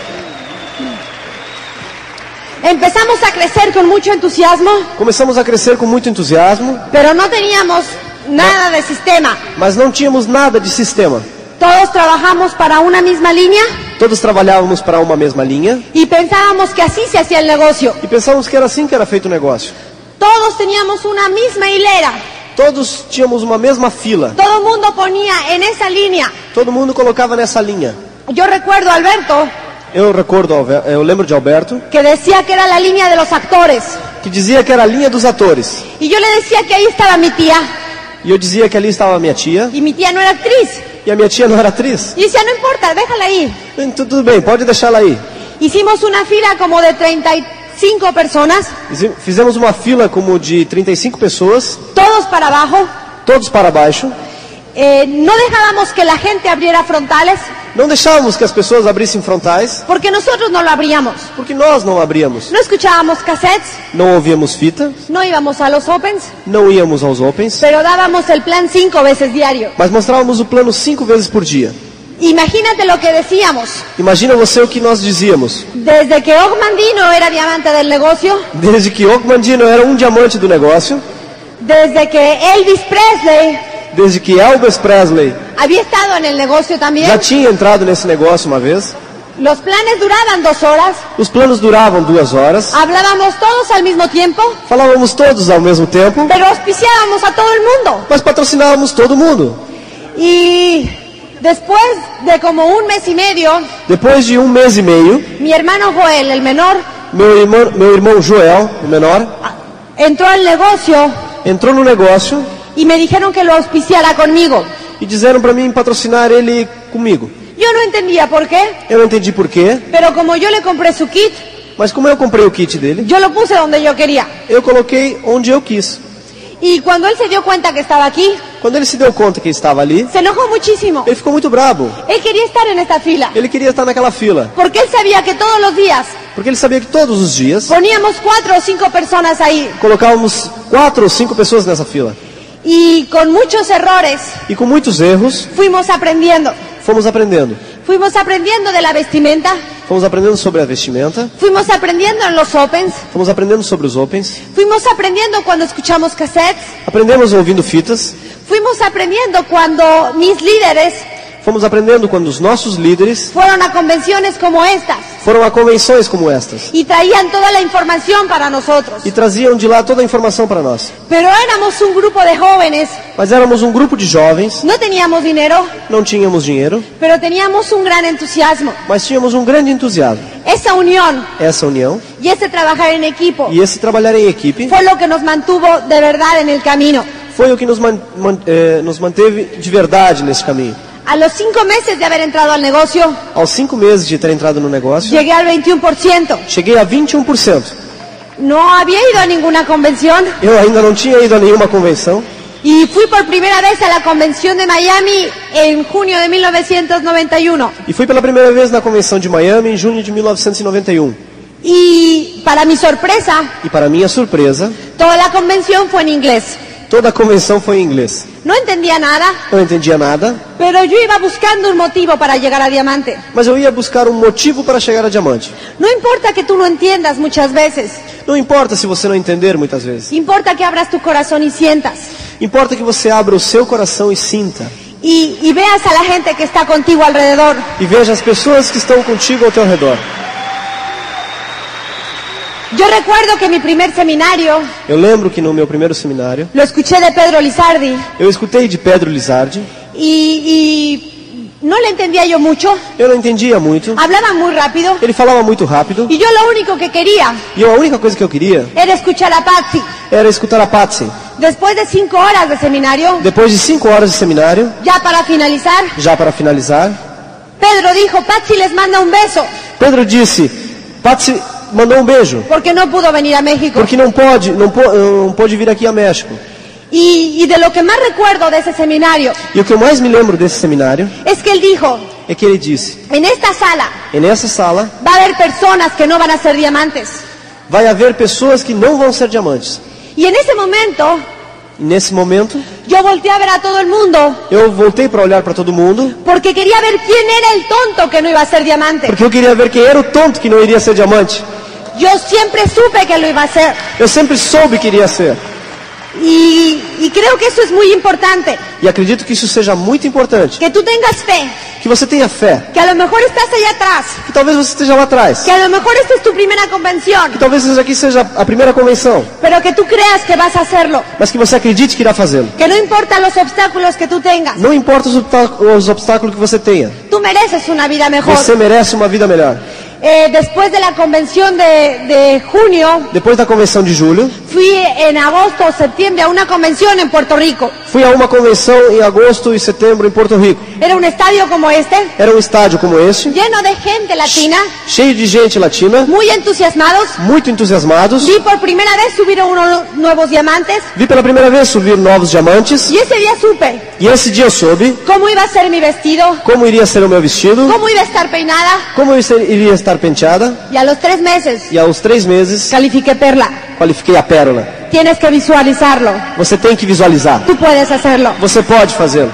[SPEAKER 1] Empezamos a crecer con mucho entusiasmo,
[SPEAKER 2] Começamos a crescer com muito entusiasmo,
[SPEAKER 1] pero no teníamos nada de sistema.
[SPEAKER 2] mas não tínhamos nada de sistema.
[SPEAKER 1] Todos trabajamos para una misma línea
[SPEAKER 2] Todos trabalhávamos para uma mesma linha
[SPEAKER 1] y pensábamos que así se hacía el negocio.
[SPEAKER 2] e pensávamos que era assim que era feito o negócio.
[SPEAKER 1] Todos teníamos una misma hilera.
[SPEAKER 2] Todos tínhamos uma mesma fila.
[SPEAKER 1] Todo el mundo ponía en esa línea.
[SPEAKER 2] Todo mundo colocava nessa linha.
[SPEAKER 1] Yo recuerdo a Alberto
[SPEAKER 2] Eu recordo, Alve- eu lembro de Alberto,
[SPEAKER 1] que decía que era la línea de los actores.
[SPEAKER 2] que dizia que era a linha dos atores.
[SPEAKER 1] Y yo le decía que ahí estaba mi tía,
[SPEAKER 2] E eu dizia que ali estava a minha tia,
[SPEAKER 1] y mi tía no era actriz.
[SPEAKER 2] e a minha tia não era atriz.
[SPEAKER 1] Y decía, no importa, déjala ahí.
[SPEAKER 2] Então, tudo bem, pode deixar ela aí.
[SPEAKER 1] Hicimos una fila como de 35 personas,
[SPEAKER 2] Fizi- Fizemos uma fila como de 35 pessoas,
[SPEAKER 1] todos para abajo.
[SPEAKER 2] todos para baixo.
[SPEAKER 1] Eh, no dejábamos que la gente abriera frontales,
[SPEAKER 2] Não deixávamos que as pessoas abrissem frontais,
[SPEAKER 1] porque nosotros no lo abríamos.
[SPEAKER 2] porque nós não abríamos.
[SPEAKER 1] No escuchábamos cassettes,
[SPEAKER 2] Não ouvíamos fita,
[SPEAKER 1] no íbamos a los opens,
[SPEAKER 2] não íamos aos opens,
[SPEAKER 1] pero dábamos el plan cinco veces diario.
[SPEAKER 2] mas mostrávamos o plano cinco vezes por dia.
[SPEAKER 1] Imagínate lo que decíamos.
[SPEAKER 2] Imagina você o que nós dizíamos.
[SPEAKER 1] Desde que Ogmandino era diamante del negocio,
[SPEAKER 2] Desde que Ogmandino era um diamante do negócio,
[SPEAKER 1] desde que Elvis Presley
[SPEAKER 2] desde que Elvis Presley
[SPEAKER 1] había estado en el negocio también,
[SPEAKER 2] já tinha entrado nesse negócio uma vez,
[SPEAKER 1] Los planes duraban dos horas,
[SPEAKER 2] os planos duravam duas horas,
[SPEAKER 1] hablábamos todos al mismo tiempo,
[SPEAKER 2] falávamos todos ao mesmo tempo,
[SPEAKER 1] pero auspiciábamos a todo el mundo.
[SPEAKER 2] mas patrocinávamos todo mundo.
[SPEAKER 1] Y después de como un mes y medio,
[SPEAKER 2] Depois de um mês e meio,
[SPEAKER 1] mi hermano Joel, el menor,
[SPEAKER 2] meu irmão, meu irmão Joel, o menor,
[SPEAKER 1] a- entró al negocio
[SPEAKER 2] entrou no negócio
[SPEAKER 1] y me dijeron que lo auspiciara conmigo.
[SPEAKER 2] e disseram para mim patrocinar ele comigo.
[SPEAKER 1] Yo no entendía por qué,
[SPEAKER 2] Eu não entendi porquê,
[SPEAKER 1] pero como yo le compré su kit,
[SPEAKER 2] mas como eu comprei o kit dele,
[SPEAKER 1] yo lo puse donde yo quería.
[SPEAKER 2] eu coloquei onde eu quis.
[SPEAKER 1] Y cuando él se dio cuenta que estaba aquí,
[SPEAKER 2] Quando ele se deu conta que estava ali,
[SPEAKER 1] Se enojó muchísimo.
[SPEAKER 2] ele ficou muito brabo.
[SPEAKER 1] Él quería estar en esta fila.
[SPEAKER 2] Ele queria estar naquela fila,
[SPEAKER 1] Porque él sabía que todos los días
[SPEAKER 2] porque ele sabia que todos os dias
[SPEAKER 1] poníamos cuatro o cinco personas ahí.
[SPEAKER 2] colocávamos quatro ou cinco pessoas nessa fila.
[SPEAKER 1] Y con muchos errores
[SPEAKER 2] E com muitos erros,
[SPEAKER 1] fuimos aprendiendo.
[SPEAKER 2] fomos aprendendo.
[SPEAKER 1] Fuimos aprendiendo de la vestimenta.
[SPEAKER 2] Fomos aprendendo sobre a vestimenta,
[SPEAKER 1] Fuimos aprendiendo en los opens.
[SPEAKER 2] fomos aprendendo sobre os opens,
[SPEAKER 1] Fuimos aprendiendo cuando escuchamos cassettes.
[SPEAKER 2] aprendemos ouvindo fitas,
[SPEAKER 1] Fuimos aprendiendo cuando mis líderes
[SPEAKER 2] fomos aprendendo quando os nossos líderes
[SPEAKER 1] fueron a convenciones como estas
[SPEAKER 2] foram a convenções como estas
[SPEAKER 1] y traían toda la información para nosotros.
[SPEAKER 2] e traziam de lá toda a informação para nós.
[SPEAKER 1] Pero éramos un grupo de jóvenes,
[SPEAKER 2] Mas éramos um grupo de jovens,
[SPEAKER 1] no teníamos dinero,
[SPEAKER 2] não tínhamos dinheiro,
[SPEAKER 1] pero teníamos un gran entusiasmo.
[SPEAKER 2] mas tínhamos um grande entusiasmo.
[SPEAKER 1] Esa unión
[SPEAKER 2] Essa união
[SPEAKER 1] y ese trabajar en equipo
[SPEAKER 2] e esse trabalhar em equipe
[SPEAKER 1] fue lo que nos mantuvo de verdad en el camino.
[SPEAKER 2] foi o que nos, man- man- eh, nos manteve de verdade nesse caminho.
[SPEAKER 1] A los cinco meses de haber entrado al negocio,
[SPEAKER 2] Aos cinco meses de ter entrado no negócio,
[SPEAKER 1] llegué al 21%.
[SPEAKER 2] cheguei a 21%.
[SPEAKER 1] No había ido a ninguna convención
[SPEAKER 2] Eu ainda não tinha ido a nenhuma convenção
[SPEAKER 1] y fui por primera vez a la convención de Miami en junio de 1991.
[SPEAKER 2] e fui pela primeira vez na convenção de Miami em junho de 1991.
[SPEAKER 1] Y para mi sorpresa,
[SPEAKER 2] E para minha surpresa,
[SPEAKER 1] toda la convención fue en inglés.
[SPEAKER 2] toda a convenção foi em inglês.
[SPEAKER 1] No entendía nada,
[SPEAKER 2] Eu não entendia nada,
[SPEAKER 1] pero yo iba buscando un motivo para llegar a diamante.
[SPEAKER 2] mas eu ia buscar um motivo para chegar a diamante.
[SPEAKER 1] No importa que tú no entiendas muchas veces,
[SPEAKER 2] Não importa se você não entender muitas vezes.
[SPEAKER 1] importa que abras tu corazón y sientas.
[SPEAKER 2] Importa que você abra o seu coração e sinta.
[SPEAKER 1] Y, y veas a la gente que está contigo alrededor.
[SPEAKER 2] E veja as pessoas que estão contigo ao teu redor.
[SPEAKER 1] Yo recuerdo que mi primer seminario
[SPEAKER 2] Eu lembro que no meu primeiro seminário,
[SPEAKER 1] lo escuché de Pedro Lizardi
[SPEAKER 2] eu escutei de Pedro Lizardi.
[SPEAKER 1] y, y no le entendía yo mucho.
[SPEAKER 2] Eu não entendia muito.
[SPEAKER 1] Hablaba muy rápido
[SPEAKER 2] Ele falava muito rápido.
[SPEAKER 1] y yo lo único que quería
[SPEAKER 2] E eu, a única coisa que eu queria
[SPEAKER 1] era escuchar a Patsy.
[SPEAKER 2] era escutar a Patsy.
[SPEAKER 1] Después de cinco horas de seminario,
[SPEAKER 2] Depois de cinco horas de seminário,
[SPEAKER 1] ya para finalizar,
[SPEAKER 2] já para finalizar,
[SPEAKER 1] Pedro dijo, Patsy les manda un beso
[SPEAKER 2] Pedro disse: Patsy mandou um beijo.
[SPEAKER 1] porque no pudo venir a México.
[SPEAKER 2] Porque não pode, não, po, não pôde vir aqui a México.
[SPEAKER 1] Y, y de lo que más recuerdo de ese seminario
[SPEAKER 2] E o que eu mais me lembro desse seminário
[SPEAKER 1] es que él dijo,
[SPEAKER 2] é que ele disse:
[SPEAKER 1] en esta sala
[SPEAKER 2] E nessa sala
[SPEAKER 1] va a haber personas que no van a ser diamantes.
[SPEAKER 2] vai haver pessoas que não vão ser diamantes.
[SPEAKER 1] Y en ese momento
[SPEAKER 2] E nesse momento,
[SPEAKER 1] yo volteé a ver a todo el mundo
[SPEAKER 2] eu voltei para olhar para todo mundo,
[SPEAKER 1] porque quería ver quién era el tonto que no iba a ser diamante.
[SPEAKER 2] porque eu queria ver quem era o tonto que não iria ser diamante.
[SPEAKER 1] Yo siempre supe que lo iba a ser.
[SPEAKER 2] Eu sempre soube que iria ser.
[SPEAKER 1] Y, y creo que eso es muy importante,
[SPEAKER 2] E acredito que isso seja muito importante.
[SPEAKER 1] que tú tengas fe,
[SPEAKER 2] Que você tenha fé.
[SPEAKER 1] que a lo mejor estás allá atrás,
[SPEAKER 2] Que talvez você esteja lá atrás.
[SPEAKER 1] que a lo mejor esta es tu primera convención,
[SPEAKER 2] Que talvez isso aqui seja a primeira convenção.
[SPEAKER 1] pero que tú creas que vas a hacerlo,
[SPEAKER 2] Mas que você acredite que irá fazê-lo.
[SPEAKER 1] que no importa los obstáculos que tú tengas,
[SPEAKER 2] Não importa os, obta- os obstáculos que você tenha.
[SPEAKER 1] tú mereces una vida mejor.
[SPEAKER 2] Você merece uma vida melhor.
[SPEAKER 1] Eh, después de la convención de, de junio,
[SPEAKER 2] Depois da convenção de julho,
[SPEAKER 1] fui en agosto o septiembre a una convención en Puerto Rico.
[SPEAKER 2] fui a uma convenção em agosto e setembro em Porto Rico.
[SPEAKER 1] Era un estadio como este,
[SPEAKER 2] Era um estádio como este,
[SPEAKER 1] lleno de gente latina,
[SPEAKER 2] cheio de gente latina,
[SPEAKER 1] muy entusiasmados.
[SPEAKER 2] muito entusiasmados.
[SPEAKER 1] Vi por primera vez subir a unos nuevos diamantes
[SPEAKER 2] Vi pela primeira vez subir novos diamantes
[SPEAKER 1] y ese día supe
[SPEAKER 2] e esse dia eu soube
[SPEAKER 1] cómo iba a ser mi vestido,
[SPEAKER 2] como iria ser o meu vestido,
[SPEAKER 1] cómo iba a estar peinada
[SPEAKER 2] como eu ser- iria estar penteada
[SPEAKER 1] y a los tres meses
[SPEAKER 2] e aos três meses
[SPEAKER 1] califiqué Perla.
[SPEAKER 2] qualifiquei a pérola.
[SPEAKER 1] Tienes que visualizarlo,
[SPEAKER 2] Você tem que visualizar.
[SPEAKER 1] tú puedes hacerlo.
[SPEAKER 2] Você pode fazê-lo.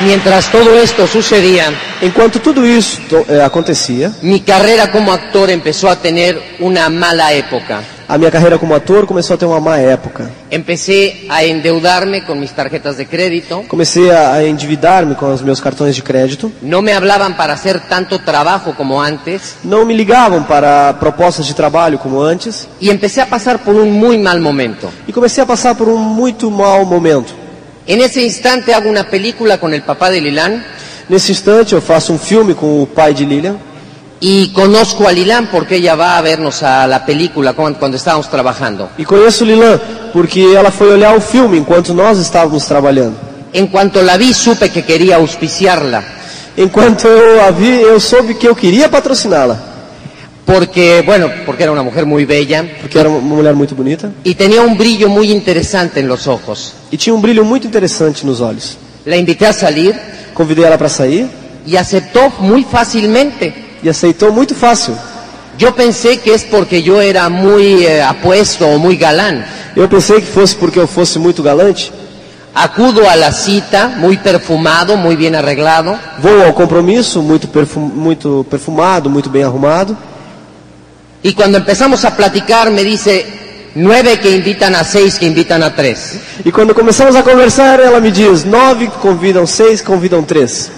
[SPEAKER 3] Mientras todo esto sucedía,
[SPEAKER 2] Enquanto tudo isso to- eh, acontecia,
[SPEAKER 3] mi carrera como actor empezó a tener una mala época.
[SPEAKER 2] a minha carreira como ator começou a ter uma má época.
[SPEAKER 3] Empecé a endeudarme con mis tarjetas de crédito.
[SPEAKER 2] Comecei a a endividar-me com os meus cartões de crédito.
[SPEAKER 3] No me hablaban para hacer tanto trabajo como antes.
[SPEAKER 2] Não me ligavam para propostas de trabalho como antes
[SPEAKER 3] Y empecé a pasar por un muy mal momento.
[SPEAKER 2] e comecei a passar por um muito mau momento.
[SPEAKER 3] En ese instante hago una película con el papá de Lilán
[SPEAKER 2] Nesse instante, eu faço um filme com o pai de Lilian
[SPEAKER 3] y conozco a Lilán porque ella va a vernos a la película cuan- cuando estábamos trabajando.
[SPEAKER 2] e conheço Lilan porque ela foi olhar o filme enquanto nós estávamos trabalhando.
[SPEAKER 3] En cuanto la vi supe que quería auspiciarla.
[SPEAKER 2] Enquanto eu a vi, eu soube que eu queria patrociná-la.
[SPEAKER 3] porque, bueno, porque era una mujer muy bella
[SPEAKER 2] porque era uma mulher muito bonita
[SPEAKER 3] y tenía un brillo muy interesante en los ojos.
[SPEAKER 2] e tinha um brilho muito interessante nos olhos.
[SPEAKER 3] La invité a salir
[SPEAKER 2] Convidei ela para sair
[SPEAKER 3] y aceptó muy fácilmente.
[SPEAKER 2] e aceitou muito fácil.
[SPEAKER 3] Yo pensé que es porque yo era muy eh, apuesto o muy galán.
[SPEAKER 2] Eu pensei que fosse porque eu fosse muito galante.
[SPEAKER 3] Acudo a la cita muy perfumado, muy bien arreglado.
[SPEAKER 2] Vou ao compromisso muito, perfum, muito perfumado, muito bem arrumado.
[SPEAKER 3] Y cuando empezamos a platicar me dice nueve que invitan a seis, que invitan a tres.
[SPEAKER 2] E quando começamos a conversar, ela me diz: nove convidam seis, convidam três.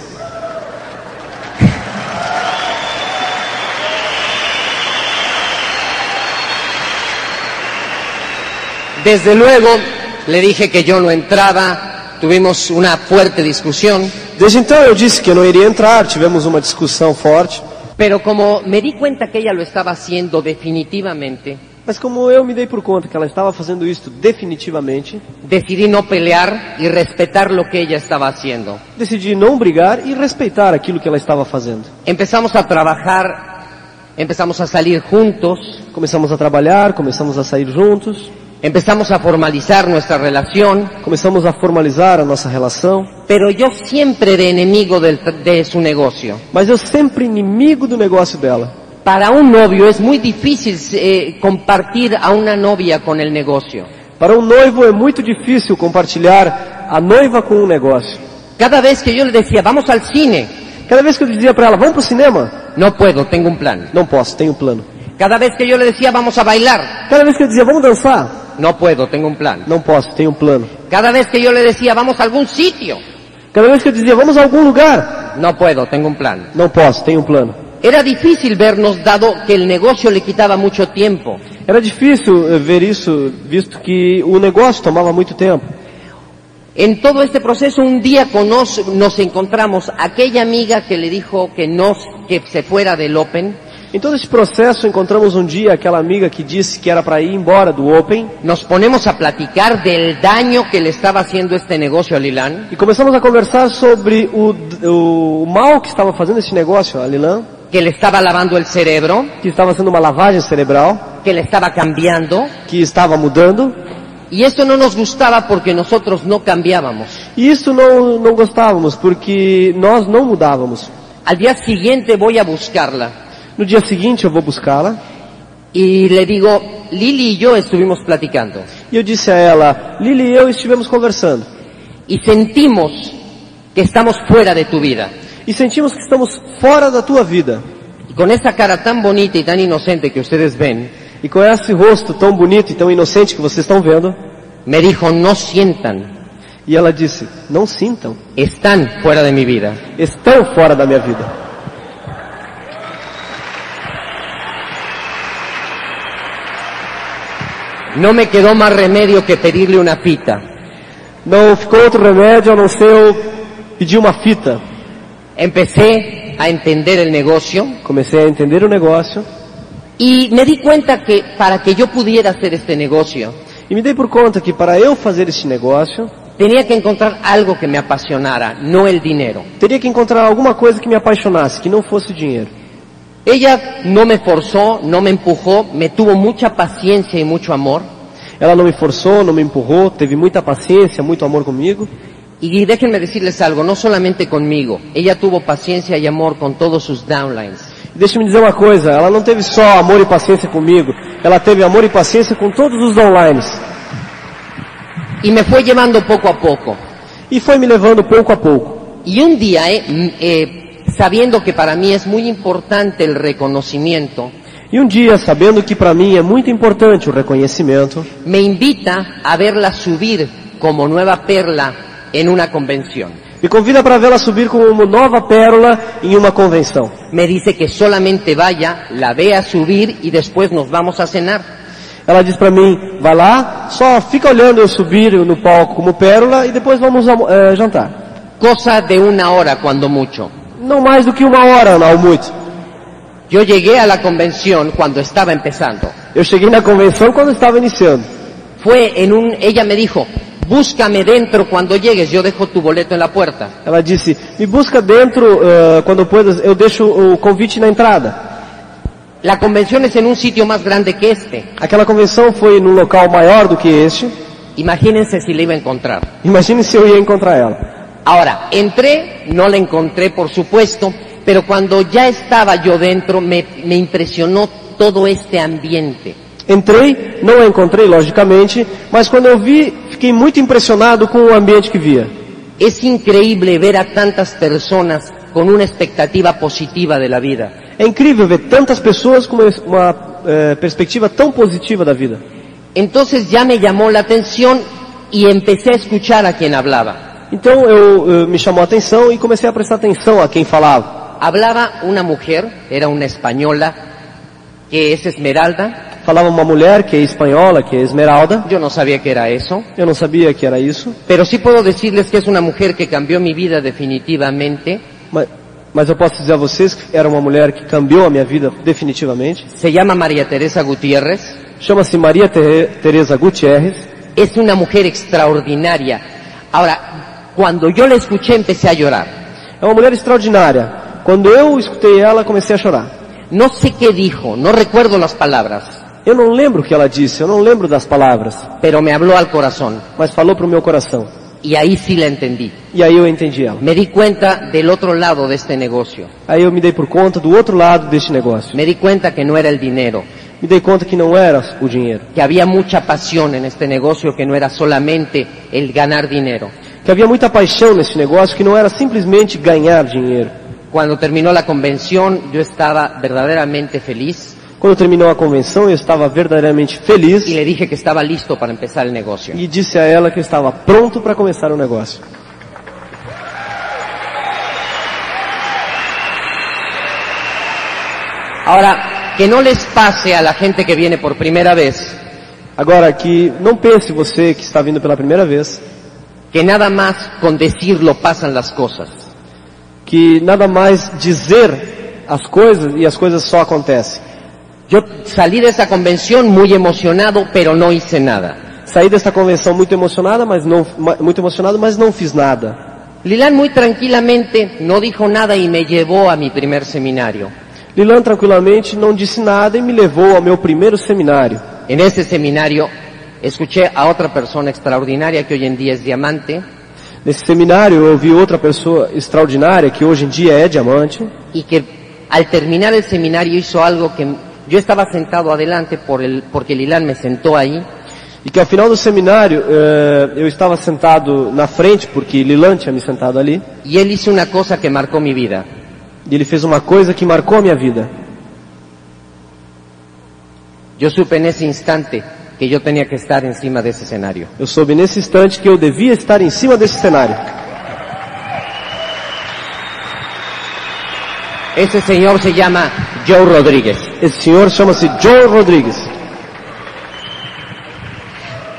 [SPEAKER 3] Desde luego le dije que yo no entraba, tuvimos una fuerte discusión,
[SPEAKER 2] Desde então eu disse que eu não iria entrar, tivemos uma discussão forte.
[SPEAKER 3] pero como me di cuenta que ella lo estaba haciendo definitivamente,
[SPEAKER 2] Mas como eu me dei por conta que ela estava fazendo isso definitivamente,
[SPEAKER 3] decidí no pelear y respetar lo que ella estaba haciendo.
[SPEAKER 2] decidi não brigar e respeitar aquilo que ela estava fazendo.
[SPEAKER 3] Empezamos a trabajar, empezamos a salir juntos,
[SPEAKER 2] Começamos a trabalhar, começamos a sair juntos,
[SPEAKER 3] empezamos a formalizar nuestra relación,
[SPEAKER 2] começamos a formalizar a nossa relação,
[SPEAKER 3] pero yo siempre de enemigo del- de su negocio.
[SPEAKER 2] mas eu sempre inimigo do negócio dela.
[SPEAKER 3] Para un novio es muy difícil eh, compartir a una novia con el negocio.
[SPEAKER 2] Para um noivo é muito difícil compartilhar a noiva com o negócio.
[SPEAKER 3] Cada vez que yo le decía, vamos al cine,
[SPEAKER 2] Cada vez que eu dizia para ela, vamos pro cinema?
[SPEAKER 3] no puedo, tengo un plan.
[SPEAKER 2] Não posso, tenho um plano.
[SPEAKER 3] Cada vez que yo le decía, vamos a bailar,
[SPEAKER 2] Cada vez que eu dizia, vamos dançar?
[SPEAKER 3] no puedo, tengo un plan.
[SPEAKER 2] Não posso, tenho um plano.
[SPEAKER 3] Cada vez que yo le decía, vamos a algún sitio,
[SPEAKER 2] Cada vez que eu dizia, vamos a algum lugar?
[SPEAKER 3] no puedo, tengo un plan.
[SPEAKER 2] Não posso, tenho um plano.
[SPEAKER 3] Era difícil vernos dado que el negocio le quitaba mucho tiempo.
[SPEAKER 2] Era difícil eh, ver isso, visto que o negócio tomava muito tempo.
[SPEAKER 3] En todo este proceso un día conoz- nos encontramos aquella amiga que le dijo que no, que se fuera del Open,
[SPEAKER 2] Em todo esse processo, encontramos um dia aquela amiga que disse que era para ir embora do Open
[SPEAKER 3] Nos ponemos a platicar del daño que le estaba haciendo este negocio a Lilán.
[SPEAKER 2] e começamos a conversar sobre o, o mal que estava fazendo esse negócio, a Lilan,
[SPEAKER 3] que le estaba lavando el cerebro,
[SPEAKER 2] que estava sendo uma lavagem cerebral,
[SPEAKER 3] que le estaba cambiando.
[SPEAKER 2] que estava mudando.
[SPEAKER 3] Y esto no nos gustaba porque nosotros no cambiábamos.
[SPEAKER 2] E isso não, não gostávamos, porque nós não mudávamos.
[SPEAKER 3] Al día siguiente voy a buscarla
[SPEAKER 2] No dia seguinte eu vou buscá-la
[SPEAKER 3] y le digo, Lili y yo estuvimos platicando
[SPEAKER 2] e eu disse a ela, Lili e eu estivemos conversando
[SPEAKER 3] y sentimos que estamos fuera de tu vida.
[SPEAKER 2] e sentimos que estamos fora da tua vida.
[SPEAKER 3] Y con esa cara tan bonita y tan inocente que ustedes ven,
[SPEAKER 2] E com esse rosto tão bonito e tão inocente que vocês estão vendo,
[SPEAKER 3] me dijo, no sientan,
[SPEAKER 2] e ela disse, não sintam,
[SPEAKER 3] están fuera de mi vida.
[SPEAKER 2] estão fora da minha vida.
[SPEAKER 3] No me quedó más remedio que pedirle una pita.
[SPEAKER 2] Não ficou outro remédio a não ser eu pedir uma fita.
[SPEAKER 3] Empecé a entender el negocio
[SPEAKER 2] Comecei a entender o negócio
[SPEAKER 3] y me di cuenta que para que yo pudiera hacer este negocio
[SPEAKER 2] e me dei por conta que para eu fazer este negócio,
[SPEAKER 3] tenía que encontrar algo que me apasionara, no el dinero.
[SPEAKER 2] teria que encontrar alguma coisa que me apaixonasse, que não fosse o dinheiro.
[SPEAKER 3] Ella no me forzó, no me empujó, me tuvo mucha paciencia y mucho amor.
[SPEAKER 2] Ela não me forçou, não me empurrou, teve muita paciência, muito amor comigo.
[SPEAKER 3] Y déjenme decirles algo, no solamente conmigo, ella tuvo paciencia y amor con todos sus downlines.
[SPEAKER 2] E deixa-me dizer uma coisa, ela não teve só amor e paciência comigo, ela teve amor e paciência com todos os online.
[SPEAKER 3] Y me fue llevando poco a poco.
[SPEAKER 2] E foi me levando pouco a pouco.
[SPEAKER 3] Y un día, eh, m- eh, sabiendo que para mí es muy importante el reconocimiento,
[SPEAKER 2] E um dia, sabendo que para mim é muito importante o reconhecimento,
[SPEAKER 3] me invita a verla subir como nueva perla en una convención.
[SPEAKER 2] me convida para vê-la subir como uma nova pérola em uma convenção.
[SPEAKER 3] Me dice que solamente vaya, la vea subir y después nos vamos a cenar.
[SPEAKER 2] Ela diz para mim, vai lá, só fica olhando eu subir no palco como pérola e depois vamos almo- eh, jantar.
[SPEAKER 3] Cosa de una hora cuando mucho.
[SPEAKER 2] Não mais do que uma hora, não, muito.
[SPEAKER 3] Yo llegué a la convención cuando estaba empezando.
[SPEAKER 2] Eu cheguei na convenção quando estava iniciando.
[SPEAKER 3] Fue en un, ella me dijo, búscame dentro cuando llegues, yo dejo tu boleto en la puerta.
[SPEAKER 2] Ela disse, me busca dentro, eh, quando puedas, eu deixo o convite na entrada.
[SPEAKER 3] La convención es en un sitio más grande que este.
[SPEAKER 2] Aquela convenção foi num local maior do que este.
[SPEAKER 3] Imagínense si la iba a encontrar.
[SPEAKER 2] Imagine se eu ia encontrar ela.
[SPEAKER 3] Ahora, entré, no la encontré por supuesto, pero cuando ya estaba yo dentro me, me impresionó todo este ambiente.
[SPEAKER 2] Entrei, não a encontrei, logicamente, mas quando eu vi, fiquei muito impressionado com o ambiente que via.
[SPEAKER 3] Es increíble ver a tantas personas con una expectativa positiva de la vida.
[SPEAKER 2] É incrível ver tantas pessoas com uma, uma, eh, perspectiva tão positiva da vida.
[SPEAKER 3] Entonces ya me llamó la atención y empecé a escuchar a quien hablaba.
[SPEAKER 2] Então eu eh, me chamou a atenção e comecei a prestar atenção a quem falava.
[SPEAKER 3] Hablaba una mujer, era una española, que es Esmeralda.
[SPEAKER 2] Falava uma mulher que é espanhola, que é esmeralda.
[SPEAKER 3] Yo no sabía que era eso,
[SPEAKER 2] Eu não sabia que era isso,
[SPEAKER 3] pero sí puedo decirles que es una mujer que cambió mi vida definitivamente.
[SPEAKER 2] mas, mas eu posso dizer a vocês que era uma mulher que cambiou a minha vida definitivamente.
[SPEAKER 3] Se llama María Teresa Gutiérrez.
[SPEAKER 2] Chama-se Maria Ter Teresa Gutierrez.
[SPEAKER 3] Es una mujer extraordinaria. Ahora, cuando yo la escuché empecé a llorar.
[SPEAKER 2] É uma mulher extraordinária. Quando eu escutei ela, comecei a chorar.
[SPEAKER 3] No sé qué dijo, no recuerdo las palabras,
[SPEAKER 2] Eu não lembro o que ela disse, eu não lembro das palavras,
[SPEAKER 3] pero me habló al corazón
[SPEAKER 2] mas falou para o meu coração.
[SPEAKER 3] y ahí sí la entendí.
[SPEAKER 2] E aí eu entendi ela.
[SPEAKER 3] Me di cuenta del otro lado de este negocio.
[SPEAKER 2] Aí eu me dei por conta do outro lado deste negócio.
[SPEAKER 3] Me di cuenta que no era el dinero,
[SPEAKER 2] Me dei conta que não era o dinheiro.
[SPEAKER 3] que había mucha pasión en este negocio, que no era solamente el ganar dinero.
[SPEAKER 2] Que havia muita paixão nesse negócio que não era simplesmente ganhar dinheiro.
[SPEAKER 3] Cuando terminó la convención yo estaba verdaderamente feliz
[SPEAKER 2] Quando terminou a convenção, eu estava verdadeiramente feliz
[SPEAKER 3] y le dije que estaba listo para empezar el negocio.
[SPEAKER 2] e disse a ela que eu estava pronto para começar o negócio.
[SPEAKER 3] Ahora, que no les pase a la gente que viene por primera vez
[SPEAKER 2] Agora que não pense você que está vindo pela primeira vez
[SPEAKER 3] que nada más con decirlo pasan las cosas.
[SPEAKER 2] que nada mais dizer as coisas e as coisas só acontecem.
[SPEAKER 3] Yo salí de esa convención muy emocionado, pero no hice nada.
[SPEAKER 2] Saí desta convenção muito emocionada, mas não ma- muito emocionado, mas não fiz nada.
[SPEAKER 3] Lilán muy tranquilamente no dijo nada y me llevó a mi primer seminario.
[SPEAKER 2] Lilan tranquilamente não disse nada e me levou ao meu primeiro seminário.
[SPEAKER 3] En ese seminario escuché a otra persona extraordinaria que hoy en día es diamante
[SPEAKER 2] Nesse seminário eu vi outra pessoa extraordinária que hoje em dia é diamante
[SPEAKER 3] y que al terminar el seminario hizo algo que yo estaba sentado adelante por el, porque Lilán me sentó ahí
[SPEAKER 2] e que ao final do seminário eh, eu estava sentado na frente porque Lilan tinha me sentado ali
[SPEAKER 3] y él hizo una cosa que marcó mi vida.
[SPEAKER 2] e ele fez uma coisa que marcou a minha vida.
[SPEAKER 3] Yo supe en ese instante que yo tenía que estar encima de ese escenario.
[SPEAKER 2] Eu soube nesse instante que eu devia estar em cima desse cenário.
[SPEAKER 3] Ese señor se llama Joe Rodríguez.
[SPEAKER 2] Esse senhor chama-se Joe Rodrigues.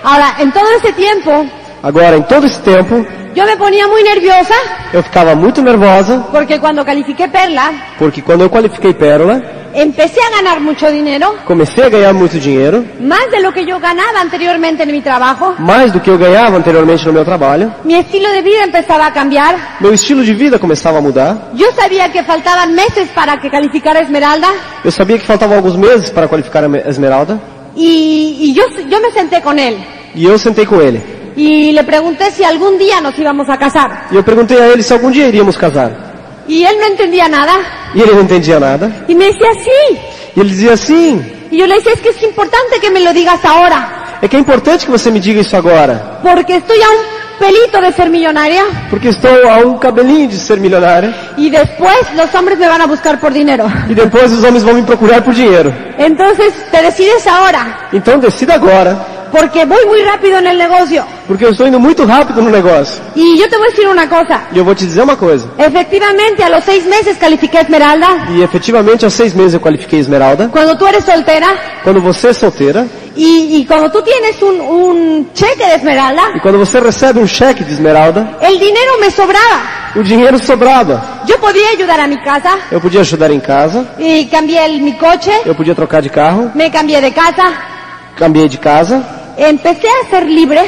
[SPEAKER 1] Ahora, en todo ese tiempo,
[SPEAKER 2] Agora, em todo esse tempo,
[SPEAKER 1] yo me ponía muy nerviosa
[SPEAKER 2] eu ficava muito nervosa,
[SPEAKER 1] porque cuando califiqué Perla,
[SPEAKER 2] porque quando eu qualifiquei Pérola,
[SPEAKER 1] empecé a ganar mucho dinero,
[SPEAKER 2] comecei a ganhar muito dinheiro,
[SPEAKER 1] más de lo que yo ganaba anteriormente en mi trabajo.
[SPEAKER 2] mais do que eu ganhava anteriormente no meu trabalho.
[SPEAKER 1] Mi estilo de vida empezaba a cambiar.
[SPEAKER 2] Meu estilo de vida começava a mudar.
[SPEAKER 1] Yo sabía que faltaban meses para que calificara Esmeralda
[SPEAKER 2] Eu sabia que faltavam alguns meses para qualificar a Me- Esmeralda
[SPEAKER 1] y, y yo, yo me senté con él
[SPEAKER 2] e eu sentei com ele.
[SPEAKER 1] y le pregunté si algún día nos íbamos a casar.
[SPEAKER 2] E eu perguntei a ele se algum dia iríamos casar.
[SPEAKER 1] Y él no entendía nada
[SPEAKER 2] E ele não entendia nada.
[SPEAKER 1] y me decía sí.
[SPEAKER 2] E ele dizia assim,
[SPEAKER 1] Y yo le decía es que es importante que me lo digas ahora
[SPEAKER 2] é que é importante que você me diga isso agora,
[SPEAKER 1] porque estoy a un pelito de ser millonaria
[SPEAKER 2] porque estou a um cabelinho de ser milionária
[SPEAKER 1] y después los hombres me van a buscar por dinero.
[SPEAKER 2] e depois os homens vão me procurar por dinheiro.
[SPEAKER 1] Entonces te decides ahora
[SPEAKER 2] Então decida agora,
[SPEAKER 1] porque voy muy rápido en el negocio.
[SPEAKER 2] porque eu estou indo muito rápido no negócio.
[SPEAKER 1] Y yo te voy a decir una cosa.
[SPEAKER 2] E eu vou te dizer uma coisa.
[SPEAKER 1] Efectivamente, a los seis meses califiqué a Esmeralda.
[SPEAKER 2] E efetivamente, há seis meses eu qualifiquei Esmeralda.
[SPEAKER 1] Cuando tú eres soltera
[SPEAKER 2] Quando você é solteira
[SPEAKER 1] y, y cuando tú tienes un, un cheque de
[SPEAKER 2] e
[SPEAKER 1] Esmeralda,
[SPEAKER 2] quando você recebe um cheque de Esmeralda,
[SPEAKER 1] el dinero me sobraba.
[SPEAKER 2] o dinheiro sobrava.
[SPEAKER 1] Yo podía ayudar a mi casa
[SPEAKER 2] Eu podia ajudar em casa,
[SPEAKER 1] y cambié el- mi coche,
[SPEAKER 2] Eu podia trocar de carro,
[SPEAKER 1] me cambié de casa,
[SPEAKER 2] cambiei de casa,
[SPEAKER 1] empecé a ser libre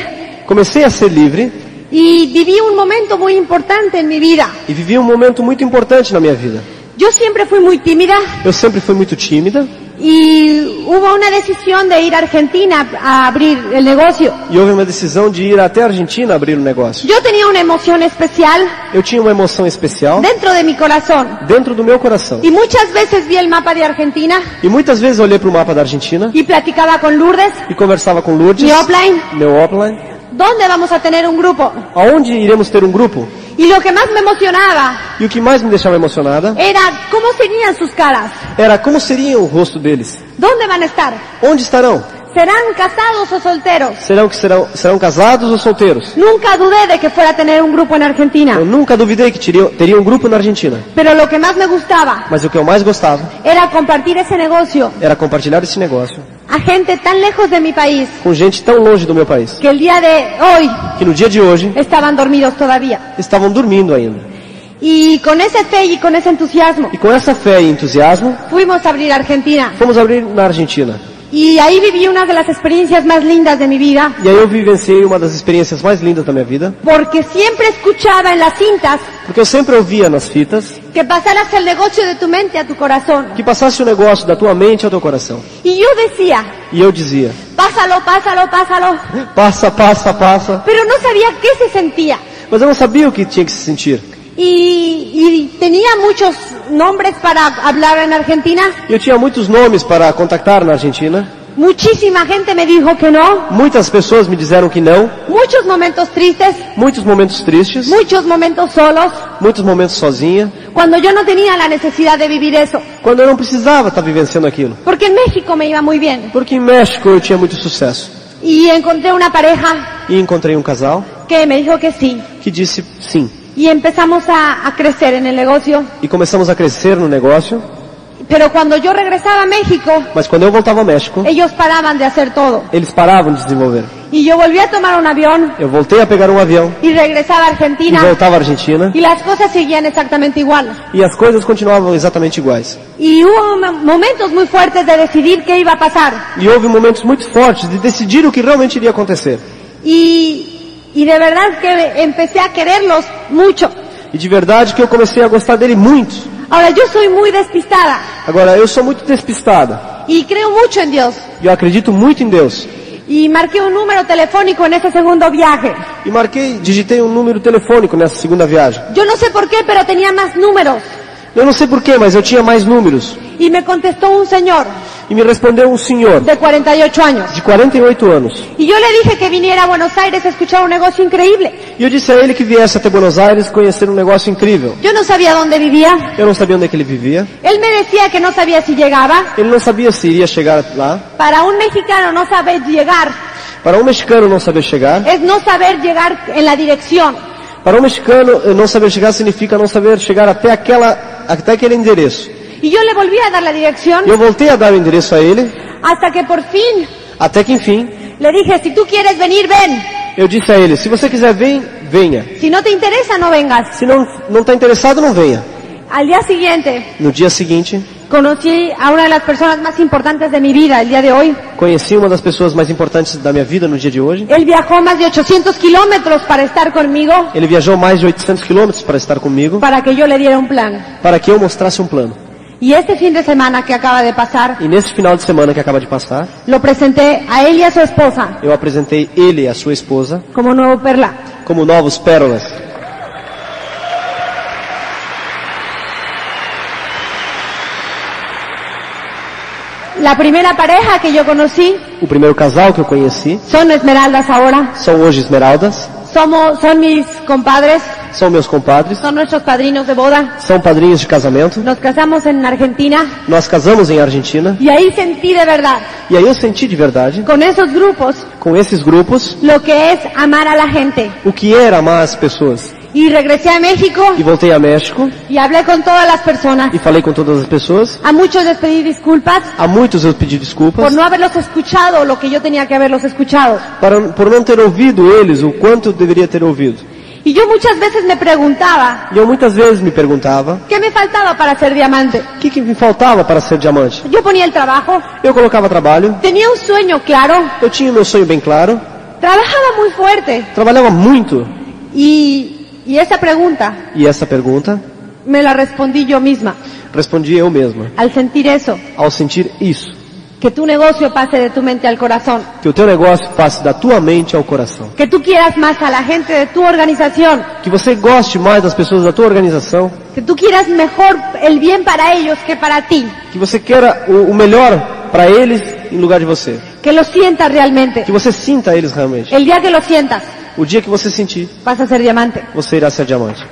[SPEAKER 2] comecei a ser livre
[SPEAKER 1] y viví un momento muy importante en mi vida.
[SPEAKER 2] e vivi um momento muito importante na minha vida.
[SPEAKER 1] Yo siempre fui muy tímida
[SPEAKER 2] Eu sempre fui muito tímida
[SPEAKER 1] y hubo una decisión de ir a Argentina a abrir el negocio.
[SPEAKER 2] E houve uma decisão de ir até a Argentina abrir o negócio.
[SPEAKER 1] Yo tenía una emoción especial
[SPEAKER 2] Eu tinha uma emoção especial
[SPEAKER 1] dentro de mi corazón
[SPEAKER 2] dentro do meu coração.
[SPEAKER 1] y muchas veces vi el mapa de Argentina
[SPEAKER 2] E muitas vezes eu olhei para o mapa da Argentina
[SPEAKER 1] y platicaba con Lourdes,
[SPEAKER 2] e conversava com Lourdes,
[SPEAKER 1] mi offline,
[SPEAKER 2] meu offline,
[SPEAKER 1] ¿dónde vamos a tener un grupo?
[SPEAKER 2] aonde iremos ter um grupo.
[SPEAKER 1] Y lo que más me emocionaba
[SPEAKER 2] E o que mais me deixava emocionada
[SPEAKER 1] era cómo serían sus caras,
[SPEAKER 2] era como seria o rosto deles.
[SPEAKER 1] dónde van a estar,
[SPEAKER 2] Onde estarão?
[SPEAKER 1] serán casados o solteros.
[SPEAKER 2] Serão que serão, serão casados ou solteiros?
[SPEAKER 1] Nunca dudé de que fuera a tener un grupo en Argentina,
[SPEAKER 2] Eu nunca duvidei que teria, teria um grupo na Argentina.
[SPEAKER 1] pero lo que más me gustaba
[SPEAKER 2] Mas o que eu mais gostava
[SPEAKER 1] era compartir ese negocio
[SPEAKER 2] era compartilhar esse negócio
[SPEAKER 1] a gente tan lejos de mi país
[SPEAKER 2] com gente tão longe do meu país,
[SPEAKER 1] que el día de hoy
[SPEAKER 2] que no dia de hoje
[SPEAKER 1] estaban dormidos todavía.
[SPEAKER 2] estavam dormindo ainda.
[SPEAKER 1] Y con esa fe y con ese entusiasmo
[SPEAKER 2] E com essa fé e entusiasmo,
[SPEAKER 1] fuimos a abrir Argentina.
[SPEAKER 2] fomos abrir na Argentina.
[SPEAKER 1] Y ahí viví una de las experiencias más lindas de mi vida,
[SPEAKER 2] E aí eu vivenciei uma das experiências mais lindas da minha vida,
[SPEAKER 1] porque siempre escuchaba en las cintas
[SPEAKER 2] porque eu sempre ouvia nas fitas
[SPEAKER 1] que pasaras el negocio de tu mente a tu corazón.
[SPEAKER 2] que passasse o negócio da tua mente ao teu coração.
[SPEAKER 1] Y yo decía,
[SPEAKER 2] E eu dizia,
[SPEAKER 1] pásalo, pásalo, pásalo.
[SPEAKER 2] passa, passa, passa.
[SPEAKER 1] Pero no sabía qué se sentía.
[SPEAKER 2] Mas eu não sabia o que tinha que se sentir.
[SPEAKER 1] Y, y tenía muchos nombres para hablar en Argentina.
[SPEAKER 2] E Eu tinha muitos nomes para contactar na Argentina.
[SPEAKER 1] Muchísima gente me dijo que no.
[SPEAKER 2] Muitas pessoas me disseram que não.
[SPEAKER 1] Muchos momentos tristes,
[SPEAKER 2] Muitos momentos tristes,
[SPEAKER 1] muchos momentos solos,
[SPEAKER 2] muitos momentos sozinha,
[SPEAKER 1] cuando yo no tenía la necesidad de vivir eso.
[SPEAKER 2] quando eu não precisava estar vivenciando aquilo.
[SPEAKER 1] Porque en México me iba muy bien.
[SPEAKER 2] Porque em México eu tinha muito sucesso.
[SPEAKER 1] Y encontré una pareja
[SPEAKER 2] E encontrei um casal
[SPEAKER 1] que me dijo que sí.
[SPEAKER 2] que disse sim.
[SPEAKER 1] Y empezamos a, a crecer en el negocio.
[SPEAKER 2] E começamos a crescer no negócio,
[SPEAKER 1] Pero cuando yo regresaba a México,
[SPEAKER 2] mas quando eu voltava ao México,
[SPEAKER 1] ellos paraban de hacer todo.
[SPEAKER 2] eles paravam de desenvolver.
[SPEAKER 1] Y yo volví a tomar un avión
[SPEAKER 2] Eu voltei a pegar um avião
[SPEAKER 1] y regresaba a
[SPEAKER 2] e
[SPEAKER 1] Argentina.
[SPEAKER 2] voltava à Argentina
[SPEAKER 1] Y las cosas seguían exactamente igual.
[SPEAKER 2] e as coisas continuavam exatamente iguais.
[SPEAKER 1] Y hubo mo- momentos muy fuertes de decidir qué iba a pasar.
[SPEAKER 2] E houve momentos muito fortes de decidir o que realmente iria acontecer.
[SPEAKER 1] Y, y de verdad que empecé a quererlos mucho.
[SPEAKER 2] E de verdade que eu comecei a gostar dele muito.
[SPEAKER 1] Ahora, yo soy muy despistada
[SPEAKER 2] Agora, eu sou muito despistada
[SPEAKER 1] y creo mucho en Dios.
[SPEAKER 2] e eu acredito muito em Deus.
[SPEAKER 1] Y marqué un número telefónico en ese segundo viaje.
[SPEAKER 2] E marquei, digitei um número telefônico nessa segunda viagem.
[SPEAKER 1] Yo no sé por qué, pero tenía más números.
[SPEAKER 2] Eu não sei porquê, mas eu tinha mais números.
[SPEAKER 1] Y me contestó un señor
[SPEAKER 2] E me respondeu um senhor
[SPEAKER 1] de 48 años.
[SPEAKER 2] de 48 anos.
[SPEAKER 1] Y yo le dije que viniera a Buenos Aires a escuchar un negocio increíble.
[SPEAKER 2] E eu disse a ele que viesse até Buenos Aires conhecer um negócio incrível.
[SPEAKER 1] Yo no sabía dónde vivía.
[SPEAKER 2] Eu não sabia onde é que ele vivia.
[SPEAKER 1] Él me decía que no sabía si llegaba.
[SPEAKER 2] Ele não sabia se iria chegar lá.
[SPEAKER 1] Para un mexicano no saber llegar
[SPEAKER 2] Para um mexicano não saber chegar.
[SPEAKER 1] es no saber llegar en la dirección.
[SPEAKER 2] Para um mexicano eh, não saber chegar significa não saber chegar até aquela, até aquele endereço.
[SPEAKER 1] Y yo le volví a dar la dirección
[SPEAKER 2] E eu voltei a dar o endereço a ele,
[SPEAKER 1] hasta que por fin
[SPEAKER 2] até que enfim,
[SPEAKER 1] le dije, si tú quieres venir, ven.
[SPEAKER 2] eu disse a ele, se você quiser vem, venha.
[SPEAKER 1] Si no te interesa, no vengas.
[SPEAKER 2] Se não não está interessado, não venha.
[SPEAKER 1] Al día siguiente
[SPEAKER 2] No dia seguinte,
[SPEAKER 1] conocí a una de las personas más importantes de mi vida el día de hoy.
[SPEAKER 2] conheci uma das pessoas mais importantes da minha vida no dia de hoje.
[SPEAKER 1] Él viajó más de 800 kilómetros para estar conmigo,
[SPEAKER 2] Ele viajou mais de 800 quilômetros para estar comigo,
[SPEAKER 1] para que yo le diera un plan.
[SPEAKER 2] para que eu mostrasse um plano.
[SPEAKER 1] Y este fin de semana que acaba de pasar,
[SPEAKER 2] E nesse final de semana que acaba de passar,
[SPEAKER 1] lo presenté a él y a su esposa
[SPEAKER 2] eu apresentei ele e a sua esposa
[SPEAKER 1] como nuevo perla.
[SPEAKER 2] como novos pérolas.
[SPEAKER 1] La primera pareja que yo conocí
[SPEAKER 2] O primeiro casal que eu conheci
[SPEAKER 1] son esmeraldas ahora.
[SPEAKER 2] são hoje esmeraldas,
[SPEAKER 1] Somos, son mis compadres,
[SPEAKER 2] são meus compadres,
[SPEAKER 1] son nuestros padrinos de boda.
[SPEAKER 2] são padrinhos de casamento.
[SPEAKER 1] Nos casamos en Argentina
[SPEAKER 2] Nós casamos em Argentina
[SPEAKER 1] y ahí sentí de verdad,
[SPEAKER 2] e aí eu senti de verdade,
[SPEAKER 1] con esos grupos,
[SPEAKER 2] com esses grupos,
[SPEAKER 1] lo que es amar a la gente.
[SPEAKER 2] o que era amar as pessoas.
[SPEAKER 1] Y regresé a México
[SPEAKER 2] E voltei a México
[SPEAKER 1] y hablé con todas las personas.
[SPEAKER 2] e falei com todas as pessoas.
[SPEAKER 1] A muchos les pedí disculpas
[SPEAKER 2] A muitos eu pedi
[SPEAKER 1] por
[SPEAKER 2] desculpas
[SPEAKER 1] no haberlos escuchado lo que yo tenía que haberlos escuchado.
[SPEAKER 2] para, por não ter ouvido eles o quanto eu deveria ter ouvido.
[SPEAKER 1] Y yo muchas veces me preguntaba,
[SPEAKER 2] E eu muitas vezes me perguntava
[SPEAKER 1] ¿qué me faltaba para ser diamante?
[SPEAKER 2] o que, que me faltava para ser diamante.
[SPEAKER 1] Yo ponía el trabajo,
[SPEAKER 2] Eu colocava trabalho,
[SPEAKER 1] tenía un sueño claro,
[SPEAKER 2] eu tinha meu sonho bem claro,
[SPEAKER 1] trabajaba muy fuerte
[SPEAKER 2] trabalhava muito.
[SPEAKER 1] y, y esa pregunta
[SPEAKER 2] E essa pergunta
[SPEAKER 1] me la respondí yo misma.
[SPEAKER 2] Respondi eu mesma.
[SPEAKER 1] Al sentir eso,
[SPEAKER 2] Ao sentir isso,
[SPEAKER 1] que tu negocio pase de tu mente al corazón,
[SPEAKER 2] que o teu negócio passe da tua mente ao coração.
[SPEAKER 1] que tú quieras más a la gente de tu organización,
[SPEAKER 2] Que você goste mais das pessoas da tua organização.
[SPEAKER 1] que tú quieras mejor el bien para ellos que para ti,
[SPEAKER 2] Que você queira o, o melhor para eles em lugar de você.
[SPEAKER 1] que lo sientas realmente.
[SPEAKER 2] Que você sinta eles realmente.
[SPEAKER 1] El día que lo sientas,
[SPEAKER 2] O dia que você sentir,
[SPEAKER 1] vas a ser diamante.
[SPEAKER 2] você irá ser diamante.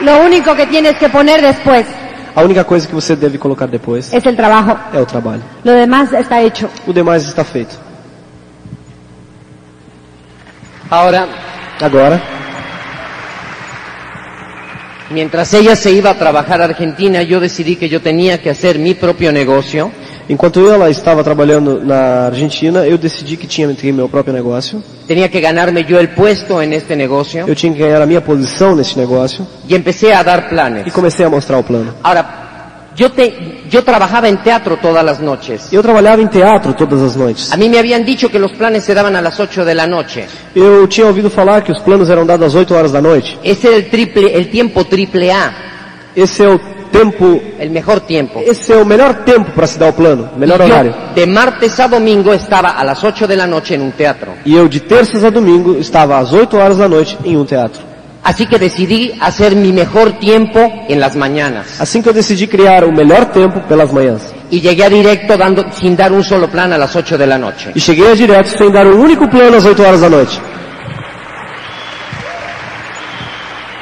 [SPEAKER 1] Lo único que tienes que poner después
[SPEAKER 2] A única coisa que você deve colocar depois
[SPEAKER 1] es el trabajo.
[SPEAKER 2] é o trabalho.
[SPEAKER 1] Lo demás está hecho.
[SPEAKER 2] O demais está feito.
[SPEAKER 3] Ahora,
[SPEAKER 2] Agora,
[SPEAKER 3] mientras ella se iba a trabajar a Argentina, yo decidí que yo tenía que hacer mi propio negocio
[SPEAKER 2] enquanto ela estava trabalhando na Argentina, eu decidi que tinha que ter meu próprio negócio.
[SPEAKER 3] Tenía que ganarme yo el puesto en este negocio
[SPEAKER 2] Eu tinha que ganhar a minha posição nesse negócio
[SPEAKER 3] y empecé a dar
[SPEAKER 2] e
[SPEAKER 3] planes.
[SPEAKER 2] comecei a mostrar o plano.
[SPEAKER 3] Ahora, yo, te, yo trabajaba en teatro todas las noches.
[SPEAKER 2] Eu trabalhava em teatro todas as noites.
[SPEAKER 3] A mí me habían dicho que los planes se daban a las 8 de la noche.
[SPEAKER 2] Eu tinha ouvido falar que os planos eram dados às 8 horas da noite.
[SPEAKER 3] Ese era el triple, el tiempo triple A,
[SPEAKER 2] Esse é o tempo,
[SPEAKER 3] el mejor tiempo.
[SPEAKER 2] esse é o melhor tempo para se dar o plano, melhor
[SPEAKER 3] Y yo,
[SPEAKER 2] horário.
[SPEAKER 3] de martes a domingo estaba a las 8 de la noche en un teatro.
[SPEAKER 2] E eu de terças a domingo estava às 8 horas da noite em um teatro.
[SPEAKER 3] Así que decidí hacer mi mejor tiempo en las mañanas.
[SPEAKER 2] Assim que eu decidi criar o melhor tempo pelas manhãs.
[SPEAKER 3] Y llegué a directo dando, sin dar un solo plan a las 8 de la noche.
[SPEAKER 2] E cheguei a direto sem dar um único plano às 8 horas da noite.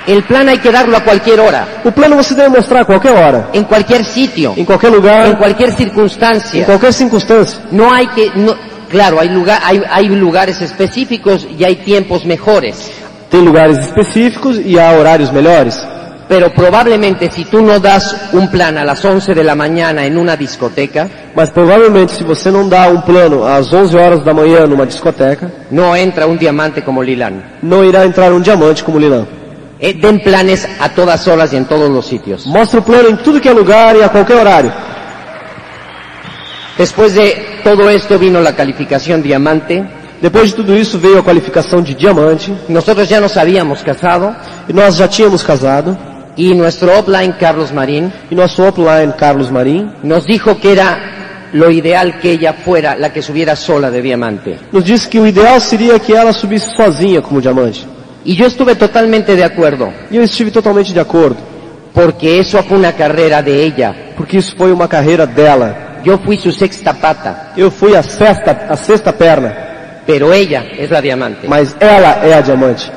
[SPEAKER 3] El plan hay que darlo a cualquier hora,
[SPEAKER 2] O plano você deve mostrar a qualquer hora,
[SPEAKER 3] en cualquier sitio.
[SPEAKER 2] em qualquer
[SPEAKER 3] en
[SPEAKER 2] lugar,
[SPEAKER 3] cualquier
[SPEAKER 2] em
[SPEAKER 3] circunstancia.
[SPEAKER 2] qualquer circunstância.
[SPEAKER 3] No hay que, no- claro, hay, lugar, hay, hay lugares específicos y hay tiempos mejores,
[SPEAKER 2] Tem lugares específicos e há horários melhores.
[SPEAKER 3] pero probablemente si tú no das un plan a las 11 de la mañana en una discoteca,
[SPEAKER 2] Mas provavelmente se você não dá um plano às 11 horas da manhã numa discoteca,
[SPEAKER 3] no entra un diamante como Lilán.
[SPEAKER 2] não irá entrar um diamante como Lilã.
[SPEAKER 3] Eh, den planes a todas horas y en todos los sitios.
[SPEAKER 2] Mostra o plano em tudo que é lugar e a qualquer horário.
[SPEAKER 3] Después de todo esto vino la calificación diamante.
[SPEAKER 2] Depois de tudo isso veio a qualificação de diamante.
[SPEAKER 3] Nosotros ya nos habíamos casado
[SPEAKER 2] E nós já tínhamos casado.
[SPEAKER 3] y nuestro offline Carlos Marín
[SPEAKER 2] E nosso offline, Carlos Marim,
[SPEAKER 3] nos dijo que era lo ideal que ella fuera la que subiera sola de diamante.
[SPEAKER 2] nos disse que o ideal seria que ela subisse sozinha como diamante.
[SPEAKER 3] Y yo estuve totalmente de acuerdo,
[SPEAKER 2] E eu estive totalmente de acordo,
[SPEAKER 3] porque eso fue una carrera de ella.
[SPEAKER 2] porque isso foi uma carreira dela.
[SPEAKER 3] Yo fui su sexta pata,
[SPEAKER 2] Eu fui a sexta, a sexta perna,
[SPEAKER 3] pero ella es la diamante.
[SPEAKER 2] mas ela é a diamante.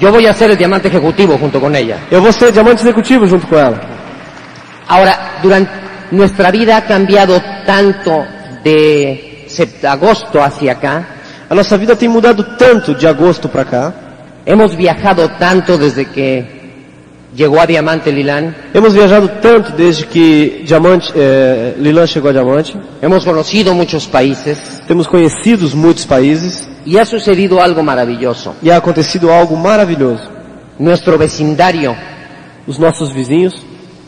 [SPEAKER 3] Yo voy a ser el diamante ejecutivo junto con ella.
[SPEAKER 2] Eu vou ser diamante executivo junto com ela.
[SPEAKER 3] Ahora, durante nuestra vida ha cambiado tanto de sept- agosto hacia acá.
[SPEAKER 2] A nossa vida tem mudado tanto de agosto pra cá.
[SPEAKER 3] Hemos viajado tanto desde que llegó a Diamante Lilán.
[SPEAKER 2] Hemos viajado tanto desde que diamante, eh, Lilan chegou a diamante.
[SPEAKER 3] Hemos conocido muchos países
[SPEAKER 2] Temos conhecido muitos países
[SPEAKER 3] y ha sucedido algo maravilloso.
[SPEAKER 2] e há acontecido algo maravilhoso.
[SPEAKER 3] Nuestro vecindario
[SPEAKER 2] Os nossos vizinhos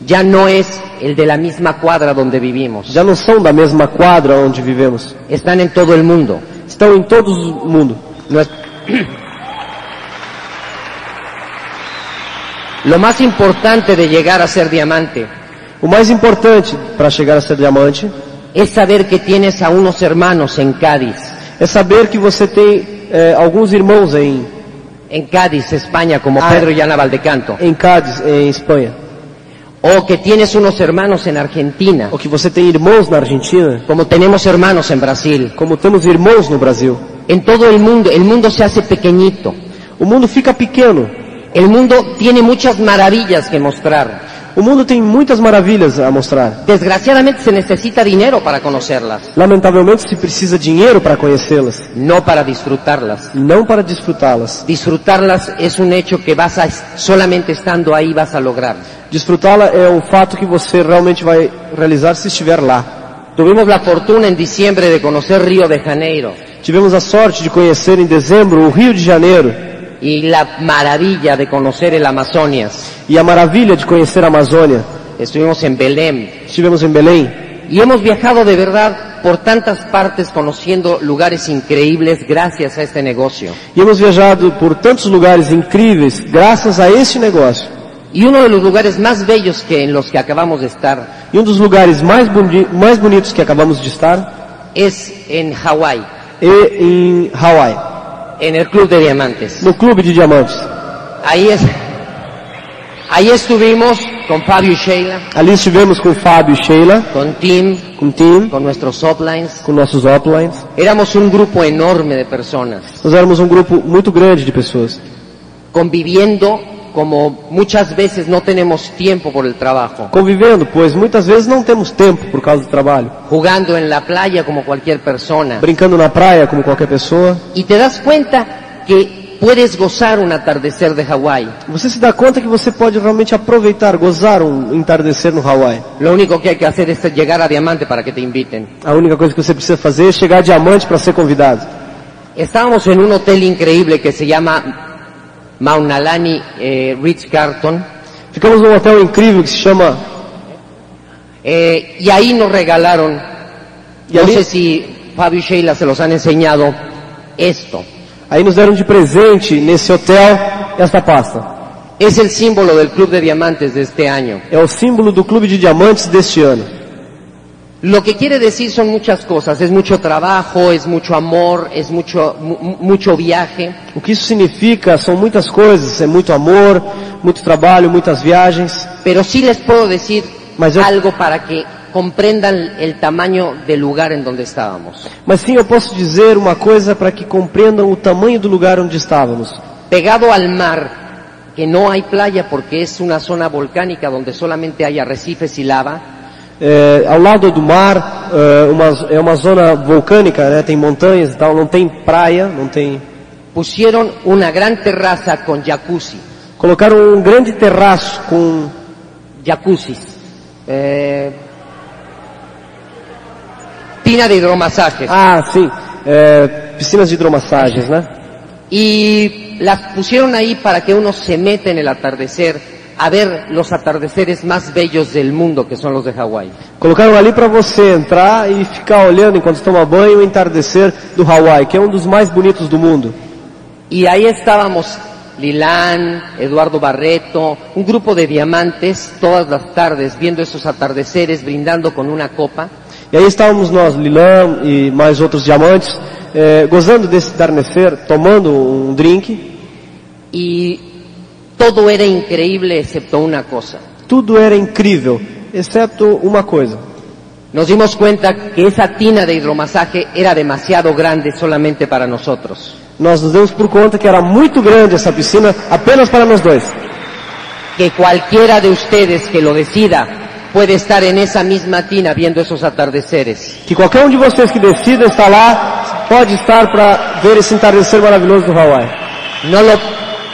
[SPEAKER 3] ya no es el de la misma cuadra donde vivimos.
[SPEAKER 2] já não são da mesma quadra onde vivemos.
[SPEAKER 3] Están en todo el mundo.
[SPEAKER 2] Estão em todo o mundo.
[SPEAKER 3] Nues- Lo más importante de llegar a ser diamante
[SPEAKER 2] O mais importante para chegar a ser diamante
[SPEAKER 3] es saber que tienes a unos hermanos en Cádiz,
[SPEAKER 2] é saber que você tem eh, alguns irmãos em,
[SPEAKER 3] en Cádiz, España, como
[SPEAKER 2] Ah.
[SPEAKER 3] Pedro y Ana Valdecanto,
[SPEAKER 2] em Cádiz, em Espanha.
[SPEAKER 3] o que tienes unos hermanos en Argentina,
[SPEAKER 2] Ou que você tem irmãos na Argentina,
[SPEAKER 3] como tenemos hermanos en Brasil.
[SPEAKER 2] como temos irmãos no Brasil.
[SPEAKER 3] En todo el mundo, el mundo se hace pequeñito.
[SPEAKER 2] O mundo fica pequeno.
[SPEAKER 3] El mundo tiene muchas maravillas que mostrar.
[SPEAKER 2] O mundo tem muitas maravilhas a mostrar.
[SPEAKER 3] Desgraciadamente se necesita dinero para conocerlas,
[SPEAKER 2] Lamentavelmente se precisa dinheiro para conhecê-las,
[SPEAKER 3] no para disfrutarlas.
[SPEAKER 2] não para desfrutá-las.
[SPEAKER 3] Disfrutarlas es un hecho que vas a, solamente estando ahí vas a lograr.
[SPEAKER 2] Desfrutá-la é um fato que você realmente vai realizar se estiver lá.
[SPEAKER 3] Tuvimos la fortuna en diciembre de conocer Río de Janeiro
[SPEAKER 2] Tivemos a sorte de conhecer em dezembro o Rio de Janeiro
[SPEAKER 3] y la maravilla de conocer el Amazonias.
[SPEAKER 2] e a maravilha de conhecer a Amazônia.
[SPEAKER 3] Estuvimos en Belém
[SPEAKER 2] Estivemos em Belém
[SPEAKER 3] Y hemos viajado de verdad por tantas partes conociendo lugares increíbles gracias a este negocio.
[SPEAKER 2] E hemos viajado por tantos lugares incríveis graças a este negócio.
[SPEAKER 3] Y uno de los lugares más bellos que en los que acabamos de estar
[SPEAKER 2] E um dos lugares mais, boni mais bonitos que acabamos de estar
[SPEAKER 3] es en Hawái,
[SPEAKER 2] é em Hawaii,
[SPEAKER 3] en el Club de Diamantes.
[SPEAKER 2] no Clube de Diamantes.
[SPEAKER 3] Ahí es, ahí estuvimos con Fabio y Sheila,
[SPEAKER 2] Ali estivemos com Fábio e Sheila,
[SPEAKER 3] con Tim,
[SPEAKER 2] com o Tim,
[SPEAKER 3] con nuestros uplines.
[SPEAKER 2] com nossos uplines.
[SPEAKER 3] Éramos un grupo enorme de personas,
[SPEAKER 2] Nós éramos um grupo muito grande de pessoas,
[SPEAKER 3] conviviendo como muchas veces no tenemos tiempo por el trabajo,
[SPEAKER 2] convivendo, pois muitas vezes não temos tempo por causa do trabalho,
[SPEAKER 3] jugando en la playa como cualquier persona.
[SPEAKER 2] brincando na praia como qualquer pessoa.
[SPEAKER 3] Y te das cuenta que puedes gozar un atardecer de Hawái.
[SPEAKER 2] Você se dá conta que você pode realmente aproveitar, gozar um entardecer no Hawaii.
[SPEAKER 3] Lo único que hay que hacer es llegar a Diamante para que te inviten.
[SPEAKER 2] A única coisa que você precisa fazer é chegar a diamante para ser convidado.
[SPEAKER 3] Estábamos en un hotel increíble que se llama Mauna Lani eh, Rich Carton
[SPEAKER 2] Ficamos num hotel incrível que se chama
[SPEAKER 3] eh, y ahí nos regalaron,
[SPEAKER 2] E
[SPEAKER 3] no
[SPEAKER 2] ali,
[SPEAKER 3] sé si Fabio y Sheila se los han enseñado, esto.
[SPEAKER 2] aí nos deram de presente nesse hotel esta pasta.
[SPEAKER 3] Es el símbolo del Club de Diamantes de este año.
[SPEAKER 2] É o símbolo do clube de diamantes deste ano.
[SPEAKER 3] Lo que quiere decir son muchas cosas, es mucho trabajo, es mucho amor, es mucho, mu- mu- mucho viaje,
[SPEAKER 2] O que isso significa são muitas coisas, é muito amor, muito trabalho, muitas viagens.
[SPEAKER 3] pero sí les puedo decir
[SPEAKER 2] Mas yo-
[SPEAKER 3] algo para que comprendan el tamaño del lugar en donde estábamos.
[SPEAKER 2] Mas sim, eu posso dizer uma coisa para que compreendam o tamanho do lugar onde estávamos.
[SPEAKER 3] Pegado al mar, que no hay playa porque es una zona volcánica donde solamente hay arrecifes y lava,
[SPEAKER 2] É, ao lado do mar, é uma, é uma zona vulcânica, né? tem montanhas e tal, não tem praia, não tem...
[SPEAKER 3] pusieron una gran terraza con jacuzzi,
[SPEAKER 2] Colocaram um grande terraço com...
[SPEAKER 3] jacuzzis, eh, tina de hidromasajes.
[SPEAKER 2] Ah, sim, é, piscinas de hidromassagens, né?
[SPEAKER 3] Y las pusieron ahí para que uno se meta en el atardecer a ver los atardeceres más bellos del mundo, que son los de Hawái.
[SPEAKER 2] Colocaram ali para você entrar e ficar olhando enquanto toma banho o entardecer do Hawaii, que é um dos mais bonitos do mundo.
[SPEAKER 3] Y ahí estábamos Lilán, Eduardo Barreto, un grupo de diamantes todas las tardes viendo esos atardeceres, brindando con una copa.
[SPEAKER 2] E aí estávamos nós, Lilão e mais outros diamantes, eh, gozando desse tarnecer, tomando um drink.
[SPEAKER 3] Y todo era increíble excepto una cosa.
[SPEAKER 2] Tudo era incrível, exceto uma coisa.
[SPEAKER 3] Nos dimos cuenta que esa tina de hidromasaje era demasiado grande solamente para nosotros.
[SPEAKER 2] Nós nos demos por conta que era muito grande essa piscina apenas para nós dois.
[SPEAKER 3] que cualquiera de ustedes que lo decida puede estar en esa misma tina viendo esos atardeceres.
[SPEAKER 2] Que qualquer um de vocês que decida estar lá pode estar para ver esse entardecer maravilhoso do Hawaii.
[SPEAKER 3] No lo,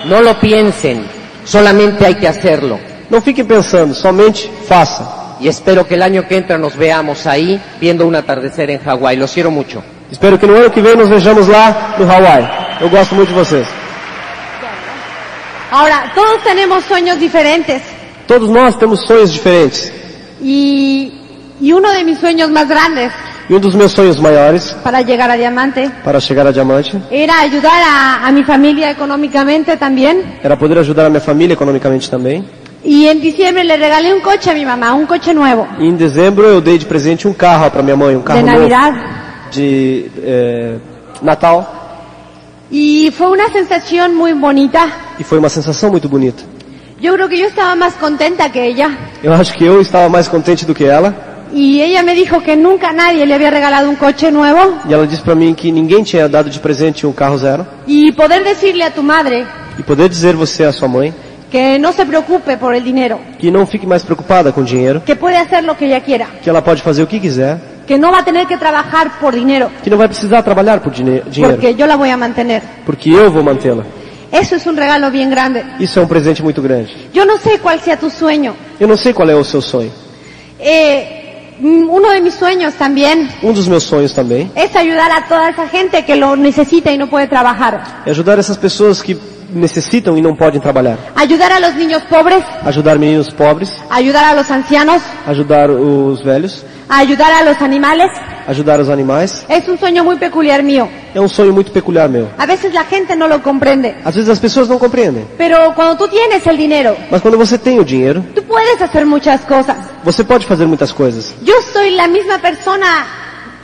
[SPEAKER 3] no lo piensen, solamente hay que hacerlo.
[SPEAKER 2] Não fiquem pensando, somente faça.
[SPEAKER 3] Y espero que el año que entra nos veamos ahí viendo un atardecer en Hawái. Los quiero mucho.
[SPEAKER 2] Espero que no ano que vem nos vejamos lá no Hawaii. Eu gosto muito de vocês.
[SPEAKER 1] Ahora, todos tenemos sueños diferentes
[SPEAKER 2] Todos nós temos sonhos diferentes.
[SPEAKER 1] y, y uno de mis sueños más grandes
[SPEAKER 2] E um dos meus sonhos maiores
[SPEAKER 1] para llegar a Diamante
[SPEAKER 2] para chegar a diamante
[SPEAKER 1] era ayudar a, a mi familia económicamente también.
[SPEAKER 2] era poder ajudar a minha família economicamente também.
[SPEAKER 1] Y en diciembre le regalé un coche a mi mamá, un coche nuevo,
[SPEAKER 2] E em dezembro eu dei de presente um carro para minha mãe, um carro
[SPEAKER 1] de
[SPEAKER 2] novo
[SPEAKER 1] Navidad.
[SPEAKER 2] de eh, Natal.
[SPEAKER 1] Y fue una sensación muy bonita.
[SPEAKER 2] E foi uma sensação muito bonita.
[SPEAKER 1] Yo creo que yo estaba más contenta que ella.
[SPEAKER 2] Eu acho que eu estava mais contente do que ela.
[SPEAKER 1] Y ella me dijo que nunca nadie le había regalado un coche nuevo.
[SPEAKER 2] E ela disse para mim que ninguém tinha dado de presente um carro zero.
[SPEAKER 1] Y poder decirle a tu madre
[SPEAKER 2] E poder dizer você à sua mãe
[SPEAKER 1] que no se preocupe por el dinero,
[SPEAKER 2] que não fique mais preocupada com dinheiro,
[SPEAKER 1] que puede hacer lo que ella quiera,
[SPEAKER 2] que ela pode fazer o que quiser,
[SPEAKER 1] que no va a tener que trabajar por dinero,
[SPEAKER 2] que não vai precisar trabalhar por dine- dinheiro,
[SPEAKER 1] porque yo la voy a mantener.
[SPEAKER 2] porque eu vou mantê-la.
[SPEAKER 1] Eso es un regalo bien grande.
[SPEAKER 2] Isso é um presente muito grande.
[SPEAKER 1] Yo no sé cuál sea tu sueño.
[SPEAKER 2] Eu não sei qual é o seu sonho.
[SPEAKER 1] Eh, mm, uno de mis sueños también
[SPEAKER 2] Um dos meus sonhos também
[SPEAKER 1] es ayudar a toda esa gente que lo necesita y no puede trabajar.
[SPEAKER 2] é ajudar essas pessoas que necessitam e não podem trabalhar.
[SPEAKER 1] ayudar a los niños pobres,
[SPEAKER 2] Ajudar meninos pobres,
[SPEAKER 1] ayudar a los ancianos,
[SPEAKER 2] ajudar os velhos,
[SPEAKER 1] ayudar a los animales.
[SPEAKER 2] ajudar os animais.
[SPEAKER 1] Es un sueño muy peculiar mío.
[SPEAKER 2] É um sonho muito peculiar meu.
[SPEAKER 1] A veces la gente no lo comprende.
[SPEAKER 2] Às vezes as pessoas não compreendem,
[SPEAKER 1] Pero cuando tú tienes el dinero,
[SPEAKER 2] mas quando você tem o dinheiro,
[SPEAKER 1] tú puedes hacer muchas cosas.
[SPEAKER 2] você pode fazer muitas coisas.
[SPEAKER 1] Yo soy la misma persona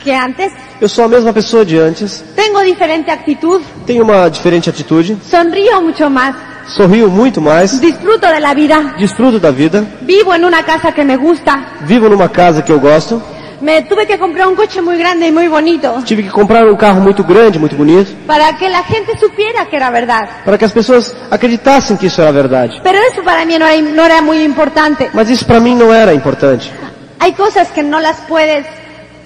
[SPEAKER 1] que antes.
[SPEAKER 2] Eu sou a mesma pessoa de antes,
[SPEAKER 1] Tengo diferente actitud.
[SPEAKER 2] tenho uma diferente atitude,
[SPEAKER 1] Sonrío mucho más.
[SPEAKER 2] sorrio muito mais,
[SPEAKER 1] Disfruto de la vida.
[SPEAKER 2] desfruto da vida,
[SPEAKER 1] Vivo en una casa que me gusta.
[SPEAKER 2] vivo numa casa que eu gosto.
[SPEAKER 1] Me tuve que comprar un coche muy grande y muy bonito
[SPEAKER 2] Tive que comprar um carro muito grande, muito bonito,
[SPEAKER 1] para que la gente supiera que era verdad.
[SPEAKER 2] para que as pessoas acreditassem que isso era verdade.
[SPEAKER 1] Pero eso para mí no era, no era muy importante.
[SPEAKER 2] Mas isso para mim não era importante.
[SPEAKER 1] Hay cosas que no las puedes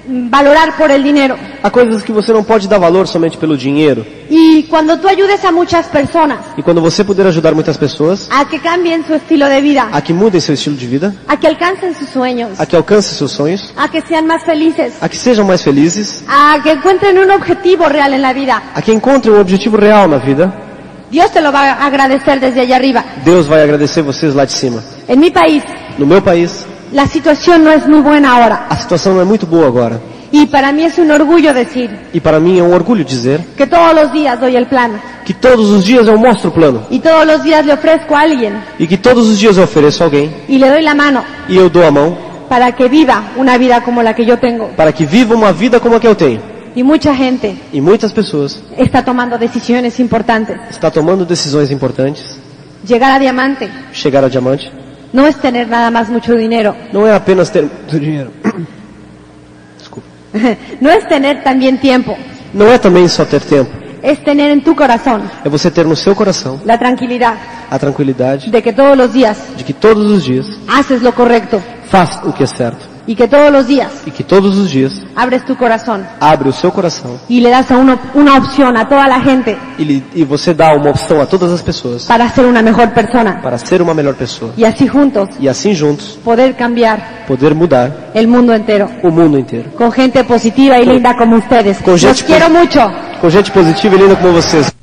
[SPEAKER 1] mm, valorar por el dinero.
[SPEAKER 2] Há coisas que você não pode dar valor somente pelo dinheiro.
[SPEAKER 1] Y cuando tú ayudes a muchas personas
[SPEAKER 2] E quando você puder ajudar muitas pessoas
[SPEAKER 1] a que cambien su estilo de vida,
[SPEAKER 2] a que mudem seu estilo de vida,
[SPEAKER 1] a que alcancen sus sueños,
[SPEAKER 2] a que alcancem seus sonhos,
[SPEAKER 1] a que sean más felices,
[SPEAKER 2] a que sejam mais felizes,
[SPEAKER 1] a que encuentren un objetivo real en la vida,
[SPEAKER 2] a que encontrem um objetivo real na vida,
[SPEAKER 1] Dios te lo va a agradecer desde allá arriba.
[SPEAKER 2] Deus vai agradecer vocês lá de cima.
[SPEAKER 1] En mi país,
[SPEAKER 2] No meu país,
[SPEAKER 1] la situación no es muy buena ahora.
[SPEAKER 2] a situação não é muito boa agora.
[SPEAKER 1] Y para mí es un orgullo decir
[SPEAKER 2] E para mim é um orgulho dizer
[SPEAKER 1] que todos los días doy el plan
[SPEAKER 2] que todos os dias eu mostro o plano
[SPEAKER 1] y todos los días le ofrezco a alguien
[SPEAKER 2] e que todos os dias eu ofereço a alguém
[SPEAKER 1] y le doy la mano
[SPEAKER 2] e eu dou a mão
[SPEAKER 1] para que viva una vida como la que yo tengo.
[SPEAKER 2] para que viva uma vida como a que eu tenho.
[SPEAKER 1] Y mucha gente
[SPEAKER 2] E muitas pessoas
[SPEAKER 1] está tomando decisiones importantes.
[SPEAKER 2] está tomando decisões importantes.
[SPEAKER 1] Llegar a diamante
[SPEAKER 2] Chegar ao diamante
[SPEAKER 1] no es tener nada más mucho dinero,
[SPEAKER 2] não é apenas ter muito dinheiro. Desculpa.
[SPEAKER 1] no es tener también tiempo,
[SPEAKER 2] Não é também só ter tempo.
[SPEAKER 1] es tener en tu corazón
[SPEAKER 2] É você ter no seu coração
[SPEAKER 1] la tranquilidad
[SPEAKER 2] a tranquilidade
[SPEAKER 1] de que todos los días
[SPEAKER 2] de que todos os dias
[SPEAKER 1] haces lo correcto
[SPEAKER 2] faz o que é certo
[SPEAKER 1] y que todos los días
[SPEAKER 2] e que todos os dias
[SPEAKER 1] abres tu corazón
[SPEAKER 2] abre o seu coração
[SPEAKER 1] y le das a uno una opción a toda la gente
[SPEAKER 2] e, lhe- e você dá uma opção a todas as pessoas
[SPEAKER 1] para ser una mejor persona
[SPEAKER 2] para ser uma melhor pessoa
[SPEAKER 1] y así juntos
[SPEAKER 2] e assim juntos
[SPEAKER 1] poder cambiar
[SPEAKER 2] poder mudar
[SPEAKER 1] el mundo entero
[SPEAKER 2] o mundo inteiro.
[SPEAKER 1] con gente positiva y linda como ustedes.
[SPEAKER 2] Con
[SPEAKER 1] Los
[SPEAKER 2] gente
[SPEAKER 1] quiero mucho.
[SPEAKER 2] Com gente positiva e linda como vocês.